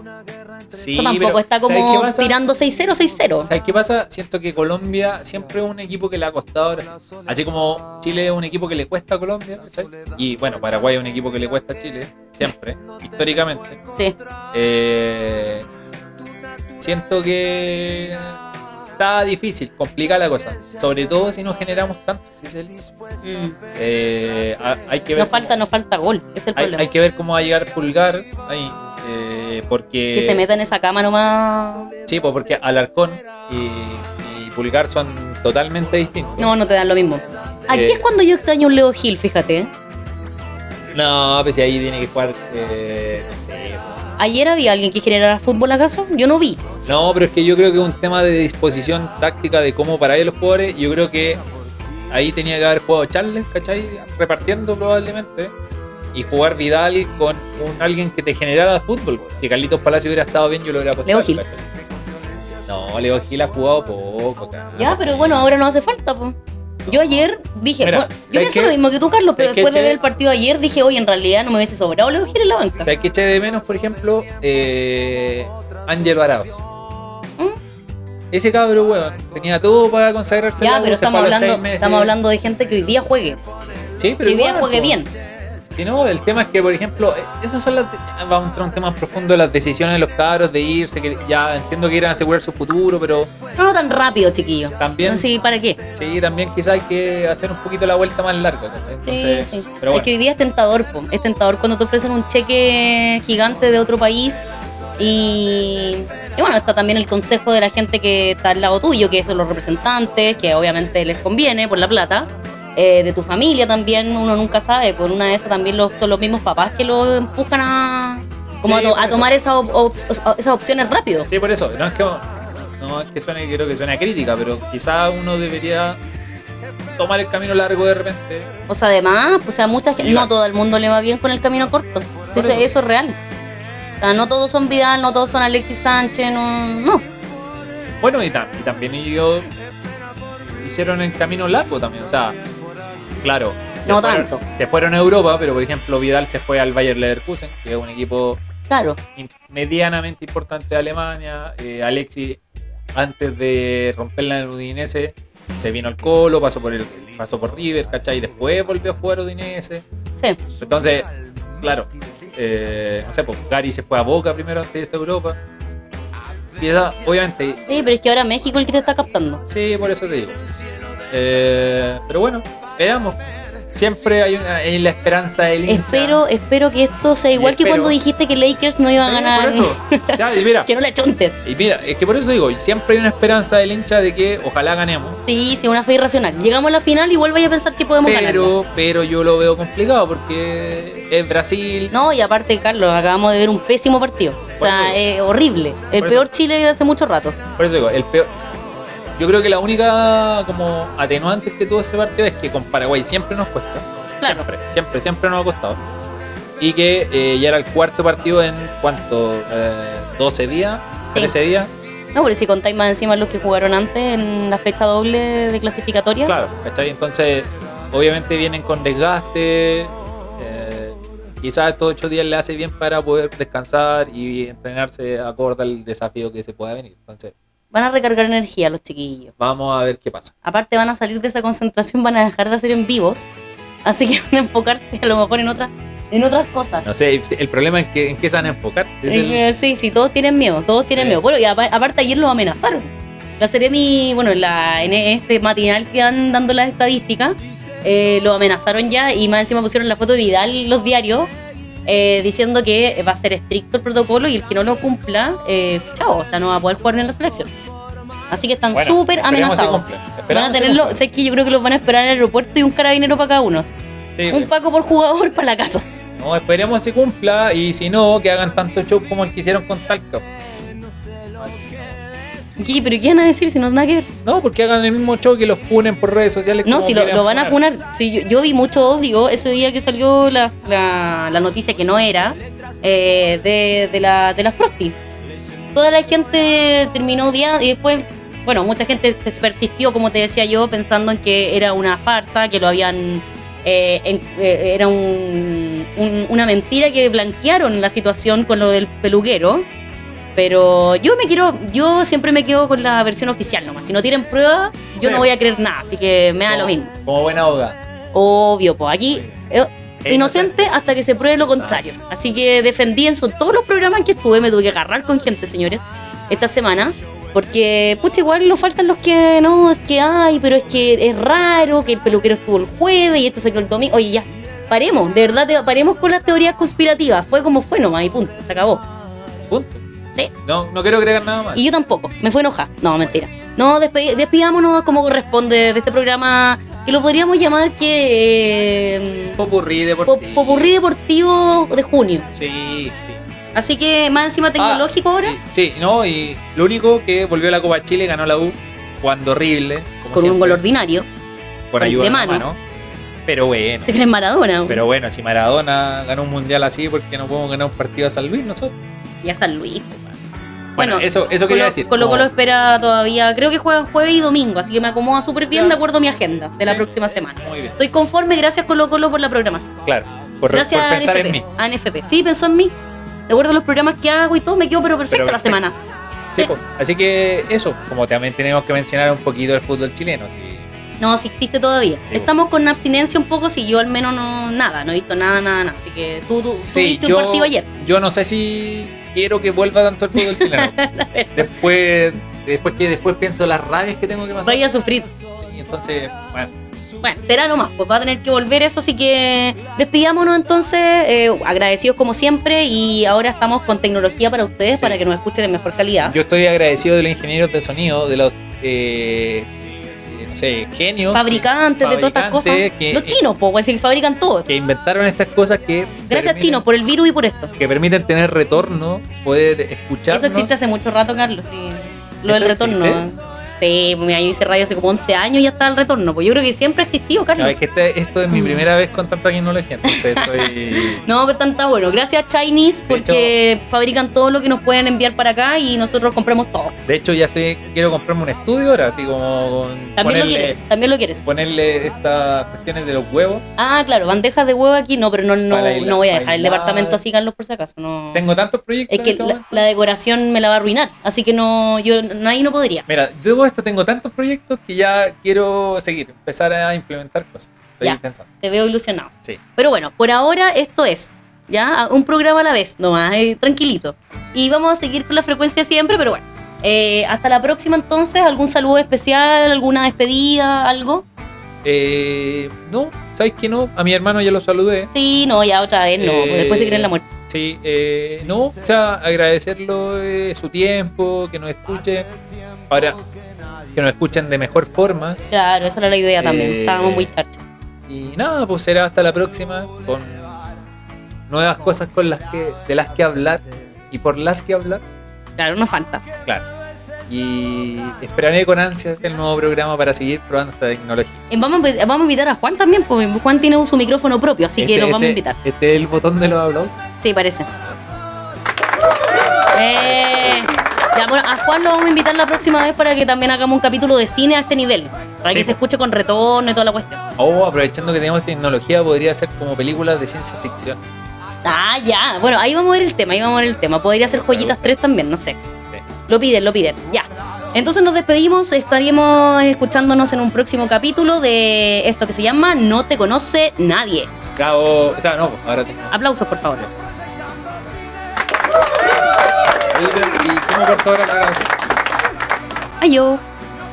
C: sí.
B: Eso tampoco
C: pero,
B: está
C: ¿sabes qué
B: como
C: pasa?
B: tirando 6-0, 6-0.
C: ¿Sabes qué pasa? Siento que Colombia siempre es un equipo que le ha costado a Brasil. Así como Chile es un equipo que le cuesta a Colombia, ¿cachai? Y bueno, Paraguay es un equipo que le cuesta a Chile, siempre, históricamente.
B: Sí.
C: Eh, siento que está difícil, complicada la cosa. Sobre todo si no generamos tanto. si es el-
B: Mm.
C: eh, ha- hay que ver
B: Nos Mm. falta,
C: cómo-
B: nos falta gol. Es el
C: hay,
B: problema.
C: hay que ver cómo va a llegar Pulgar ahí. eh, porque
B: que se meta en esa cama nomás.
C: Sí, pues porque Alarcón y, y Pulgar son totalmente distintos.
B: No, no te dan lo mismo. Aquí
C: Eh.
B: es cuando yo extraño un Leo Gil, fíjate. ¿eh?
C: No, pues si ahí tiene que jugar. eh, no, sé, pues.
B: Ayer había alguien que generara fútbol acaso. Yo no vi.
C: No, pero es que yo creo que es un tema de disposición táctica de cómo parar a los jugadores. Yo creo que ahí tenía que haber jugado Charles, ¿cachai? Repartiendo probablemente. Y jugar Vidal con un- alguien que te generara fútbol. Si Carlitos Palacio hubiera estado bien, yo lo hubiera puesto.
B: Leo Gil.
C: No, Leo Gil ha jugado poco. cara.
B: Ya, pero bueno, ahora no hace falta, po. Yo ayer dije,
C: Mira,
B: bueno, yo
C: ¿sabes
B: pienso
C: qué?
B: lo mismo que tú, Carlos, pero
C: ¿Sabes qué,
B: después de
C: Che?
B: ver el partido ayer dije, oye, en realidad no me hubiese sobrado Leo Gil en la banca.
C: ¿Sabes qué eché de menos, por ejemplo? Eh, Ángelo Arauz.
B: ¿Mm?
C: Ese cabro, weón, tenía todo para consagrarse.
B: Ya,
C: al
B: pero
C: Agus, se fue
B: estamos
C: a los
B: hablando,
C: seis meses.
B: estamos hablando de gente que hoy día juegue,
C: Sí,
B: que
C: pero
B: hoy día
C: igual,
B: juegue
C: po.
B: bien.
C: Si no, el tema es que, por ejemplo, eh, esas son las. Va a entrar un tema más profundo, las decisiones de los cabros de irse, que ya entiendo que quieran asegurar su futuro, pero
B: No, no tan rápido, chiquillo.
C: También.
B: No, Sí, ¿para qué?
C: sí, también quizás hay que hacer un poquito la vuelta más larga. ¿cachai?
B: Sí,
C: Entonces,
B: sí.
C: Pero
B: Es que
C: bueno,
B: hoy día es tentador, po. es tentador cuando te ofrecen un cheque gigante de otro país y, y bueno, está también el consejo de la gente que está al lado tuyo, que son los representantes, que obviamente les conviene por la plata, eh, de tu familia también, uno nunca sabe, por una de esas también los- son los mismos papás que lo empujan a, como
C: Sí,
B: a, to- a
C: por eso.
B: tomar esas op- op- esas opciones rápido.
C: sí, por eso. No es que, no es que suene, creo que suena crítica, pero quizás uno debería tomar el camino largo de repente.
B: O sea, además, o sea, mucha gente,
C: Y va.
B: no todo el mundo le va bien con el camino corto. Sí,
C: Por
B: sí,
C: eso.
B: eso es real. O sea, no todos son Vidal, no todos son Alexis Sánchez, no. no.
C: Bueno, y, tam- y también ellos hicieron el camino largo también, o sea, claro. se
B: No
C: fueron-
B: tanto.
C: Se fueron a Europa, pero por ejemplo Vidal se fue al Bayer Leverkusen, que es un equipo
B: Claro,
C: im- medianamente importante de Alemania. Eh, Alexis, antes de romperla en el Udinese, se vino al Colo, pasó por el pasó por River, ¿cachai? Y después volvió a jugar a Udinese.
B: sí.
C: Entonces, claro, eh, no sé, pues Gary se fue a Boca primero antes de irse a Europa. Y esa, obviamente,
B: Sí, pero es que ahora México es el que te está captando.
C: Sí, por eso te digo. Eh, pero bueno, esperamos. Siempre hay, una, hay la esperanza del hincha.
B: Espero, espero que esto sea igual que
C: espero-
B: cuando dijiste que Lakers no iba a
C: Sí,
B: ganar.
C: Por eso. Ya, y mira,
B: que no la chontes.
C: y mira, es que por eso digo, siempre hay una esperanza del hincha de que ojalá ganemos.
B: Sí, sí, una fe irracional. Llegamos a la final y vuelve a pensar que podemos ganar.
C: Pero, pero yo lo veo complicado porque es Brasil.
B: No, y aparte, Carlos, acabamos de ver un pésimo partido. O sea,
C: eso.
B: eh, horrible. El
C: Por eso.
B: peor Chile de hace mucho rato.
C: Por eso digo, el peor. Yo creo que la única como atenuante que tuvo ese partido es que con Paraguay siempre nos cuesta.
B: Claro.
C: Siempre, siempre, siempre nos ha costado. Y que eh, ya era el cuarto partido en cuánto, Eh, 12 días,
B: Sí.
C: 13 días.
B: No, pero si contáis más encima los que jugaron antes en la fecha doble de clasificatoria.
C: Claro, ¿cachai? Entonces, obviamente vienen con desgaste. eh, quizás estos 8 días le hace bien para poder descansar y entrenarse acorde al desafío que se pueda venir. Entonces,
B: Van a recargar energía los chiquillos.
C: vamos a ver qué pasa.
B: Aparte van a salir de esa concentración, van a dejar de hacer en vivos. Así que van a enfocarse a lo mejor en otras, en otras cosas.
C: No sé, el problema es que en qué se van a enfocar. Es el-
B: Eh, Sí, sí, todos tienen miedo, todos tienen
C: Sí.
B: miedo. Bueno, y apa- aparte ayer los amenazaron. La Seremi, bueno, la, en este matinal que dan dando las estadísticas, eh, lo amenazaron ya y más encima pusieron la foto de Vidal en los diarios eh, diciendo que va a ser estricto el protocolo y el que no lo cumpla, eh, chao, o sea, no va a poder jugar en la selección. Así que están
C: Bueno,
B: súper
C: esperemos se
B: amenazados.
C: cumpla,
B: Van
C: esperemos
B: a
C: se
B: tenerlo,
C: cumpla.
B: sé que yo creo que los van a esperar en el aeropuerto y un carabinero para cada uno.
C: Sí,
B: Un paco por jugador para la casa.
C: No, esperemos se cumpla y si no, que hagan tanto show como el que hicieron con Talca.
B: ¿Qué? ¿Pero qué van a decir si no nada que ver?
C: No, porque hagan el mismo show que los punen por redes sociales.
B: No,
C: como
B: si lo,
C: quieran
B: lo van a funar. Sí, yo, yo vi mucho odio ese día que salió la, la- la noticia que no era eh, de, de la, de las prostis. Toda la gente terminó odiando y después, bueno, mucha gente pers- persistió, como te decía yo, pensando en que era una farsa, que lo habían. eh, en- eh, era un- un- una mentira que blanquearon la situación con lo del peluquero. Pero yo me quiero, yo siempre me quedo con la versión oficial nomás. Si no tienen pruebas, yo
C: Sí.
B: no voy a creer nada, así que me da Ah, lo
C: Como-
B: mismo.
C: Como buena hoga.
B: Obvio, pues aquí eh,
C: Es
B: inocente hasta que se pruebe lo
C: Exacto.
B: contrario. Así que defendí en son- todos los programas en que estuve, me tuve que agarrar con gente, señores, esta semana. Porque, pucha, igual nos faltan los que no, es que hay, pero es que es raro que el peluquero estuvo el jueves y esto se quedó el domingo. Oye, ya, paremos, de verdad, te- paremos con las teorías conspirativas. Fue como fue nomás y punto, se acabó.
C: Punto.
B: Sí.
C: No, no quiero agregar nada más.
B: Y yo tampoco, me fue enojada. No, mentira. No, despe- despidámonos como corresponde de este programa que lo podríamos llamar que... eh,
C: Popurrí
B: po-
C: deportivo.
B: Popurrí deportivo de junio.
C: Sí, sí.
B: Así que más encima tecnológico ahora.
C: Ah, Sí, no, y lo único que volvió a la Copa Chile, ganó la U, jugando horrible. como
B: Con un
C: siempre,
B: gol ordinario.
C: Por
B: de
C: ayuda de
B: mano.
C: mano. Pero bueno.
B: Se creen Maradona.
C: Pero bueno, si Maradona ganó un mundial así, ¿por qué no podemos ganar un partido a San Luis nosotros?
B: Ya San Luis. compadre.
C: Bueno, eso, eso quería
B: Colo,
C: decir.
B: Colo
C: como-
B: Colo espera todavía. Creo que juegan jueves y domingo. Así que me acomoda súper bien
C: Ya.
B: de acuerdo a mi agenda de la
C: Sí.
B: próxima semana.
C: Muy bien,
B: Estoy conforme. Gracias Colo Colo por la programación.
C: claro. Por,
B: Gracias
C: por
B: a
C: pensar
B: NFP.
C: en mí.
B: A NFP. Sí, pensó en mí. De acuerdo a los programas que hago y todo, me quedo pero perfecta la
C: perfecto.
B: semana.
C: Sí,
B: Sí.
C: pues. Así que eso, como también tenemos que mencionar un poquito el fútbol chileno. sí.
B: No, si existe todavía.
C: Sí.
B: Estamos con abstinencia un poco, si yo al menos no nada, no he visto nada, nada, nada. Así que tú, tú, tú
C: Sí,
B: viste
C: yo-
B: un partido ayer.
C: Yo no sé si quiero que vuelva tanto el fútbol chileno. después, después que después pienso las rabias que tengo que pasar.
B: Vaya a sufrir.
C: Sí, entonces, bueno,
B: Bueno, será nomás, pues va a tener que volver eso, así que despidámonos entonces, eh, agradecidos como siempre y ahora estamos con tecnología para ustedes
C: Sí.
B: para que nos escuchen en mejor calidad.
C: yo estoy agradecido de los ingenieros de sonido, de los eh, eh, no sé, genios.
B: Fabricantes de todas estas cosas.
C: fabricantes que-
B: Los chinos, pues, pues, si fabrican todo.
C: que inventaron estas cosas que
B: Gracias
C: permiten-
B: chinos por el virus y por esto.
C: que permiten tener retorno, poder escucharnos.
B: Eso existe hace mucho rato, Carlos. sí. Lo del
C: ¿Esto
B: retorno.
C: existe?
B: Sí, pues, mira, yo hice radio hace como 11 años y ya está el retorno. Pues yo creo que siempre ha existido,
C: No,
B: Carlos.
C: es que este- esto es mi
B: Mm.
C: primera vez con tanta tecnología, entonces estoy
B: No, pero tanta bueno. Gracias Chinese porque fabrican todo lo que nos pueden enviar para acá y nosotros compramos todo.
C: De hecho, ya estoy quiero comprarme un estudio ahora, así como con
B: También lo
C: ponerle,
B: quieres, también lo quieres.
C: ponerle estas cuestiones de los huevos.
B: Ah, claro, bandejas de huevo aquí, no, pero no, no,
C: Para la isla-
B: no voy a dejar
C: para
B: el
C: islar.
B: departamento así, Carlos, por si acaso. No.
C: Tengo tantos proyectos.
B: es
C: en
B: que
C: este
B: la,
C: momento.
B: la decoración me la va a arruinar, así que no, yo no- ahí no podría.
C: Mira, debo esto tengo tantos proyectos que ya quiero seguir, empezar a implementar cosas. Estoy
B: Ya.
C: pensando.
B: Te veo ilusionado.
C: Sí.
B: Pero bueno, por ahora esto es, ¿ya? Un programa a la vez nomás, eh, tranquilito. Y vamos a seguir con la frecuencia siempre, pero bueno. Eh, hasta la próxima entonces, algún saludo especial, alguna despedida, algo.
C: Eh, no, ¿sabes qué no? A mi hermano ya lo saludé.
B: Sí, no, ya otra vez, no, porque después se creen la muerte.
C: Sí, eh, no, o sea, agradecerlo eh, su tiempo, que nos escuchen. Ahora, que nos escuchen de mejor forma.
B: Claro, esa era la idea también,
C: Eh,
B: estábamos muy charcha.
C: Y nada, pues será hasta la próxima con nuevas cosas con las que, de las que hablar y por las que hablar.
B: Claro, no falta.
C: Y esperaré con ansias el nuevo programa para seguir probando esta tecnología.
B: Eh, Vamos a, empe- vamos a invitar a Juan también, porque Juan tiene su micrófono propio, así que
C: Este-
B: lo vamos a
C: este-
B: invitar.
C: Este es el botón de los aplausos.
B: Sí, parece. Eh, ya, bueno, a Juan lo vamos a invitar la próxima vez para que también hagamos un capítulo de cine a este nivel, para
C: Sí,
B: que se
C: po.
B: escuche con retorno y toda la cuestión.
C: O Oh, aprovechando que tenemos tecnología, podría ser como películas de ciencia ficción.
B: Ah, ya. Bueno, ahí vamos a ver el tema, ahí vamos a ver el tema. Podría ser joyitas 3 también, no sé. Lo piden, lo piden. Ya. Entonces nos despedimos, estaremos escuchándonos en un próximo capítulo de esto que se llama No te conoce nadie.
C: Cabo, o sea, no, pues, ahora tengo.
B: Aplausos, por favor.
C: Oye, pero, ¿Y cómo cortó ahora la grabación?
B: Adiós.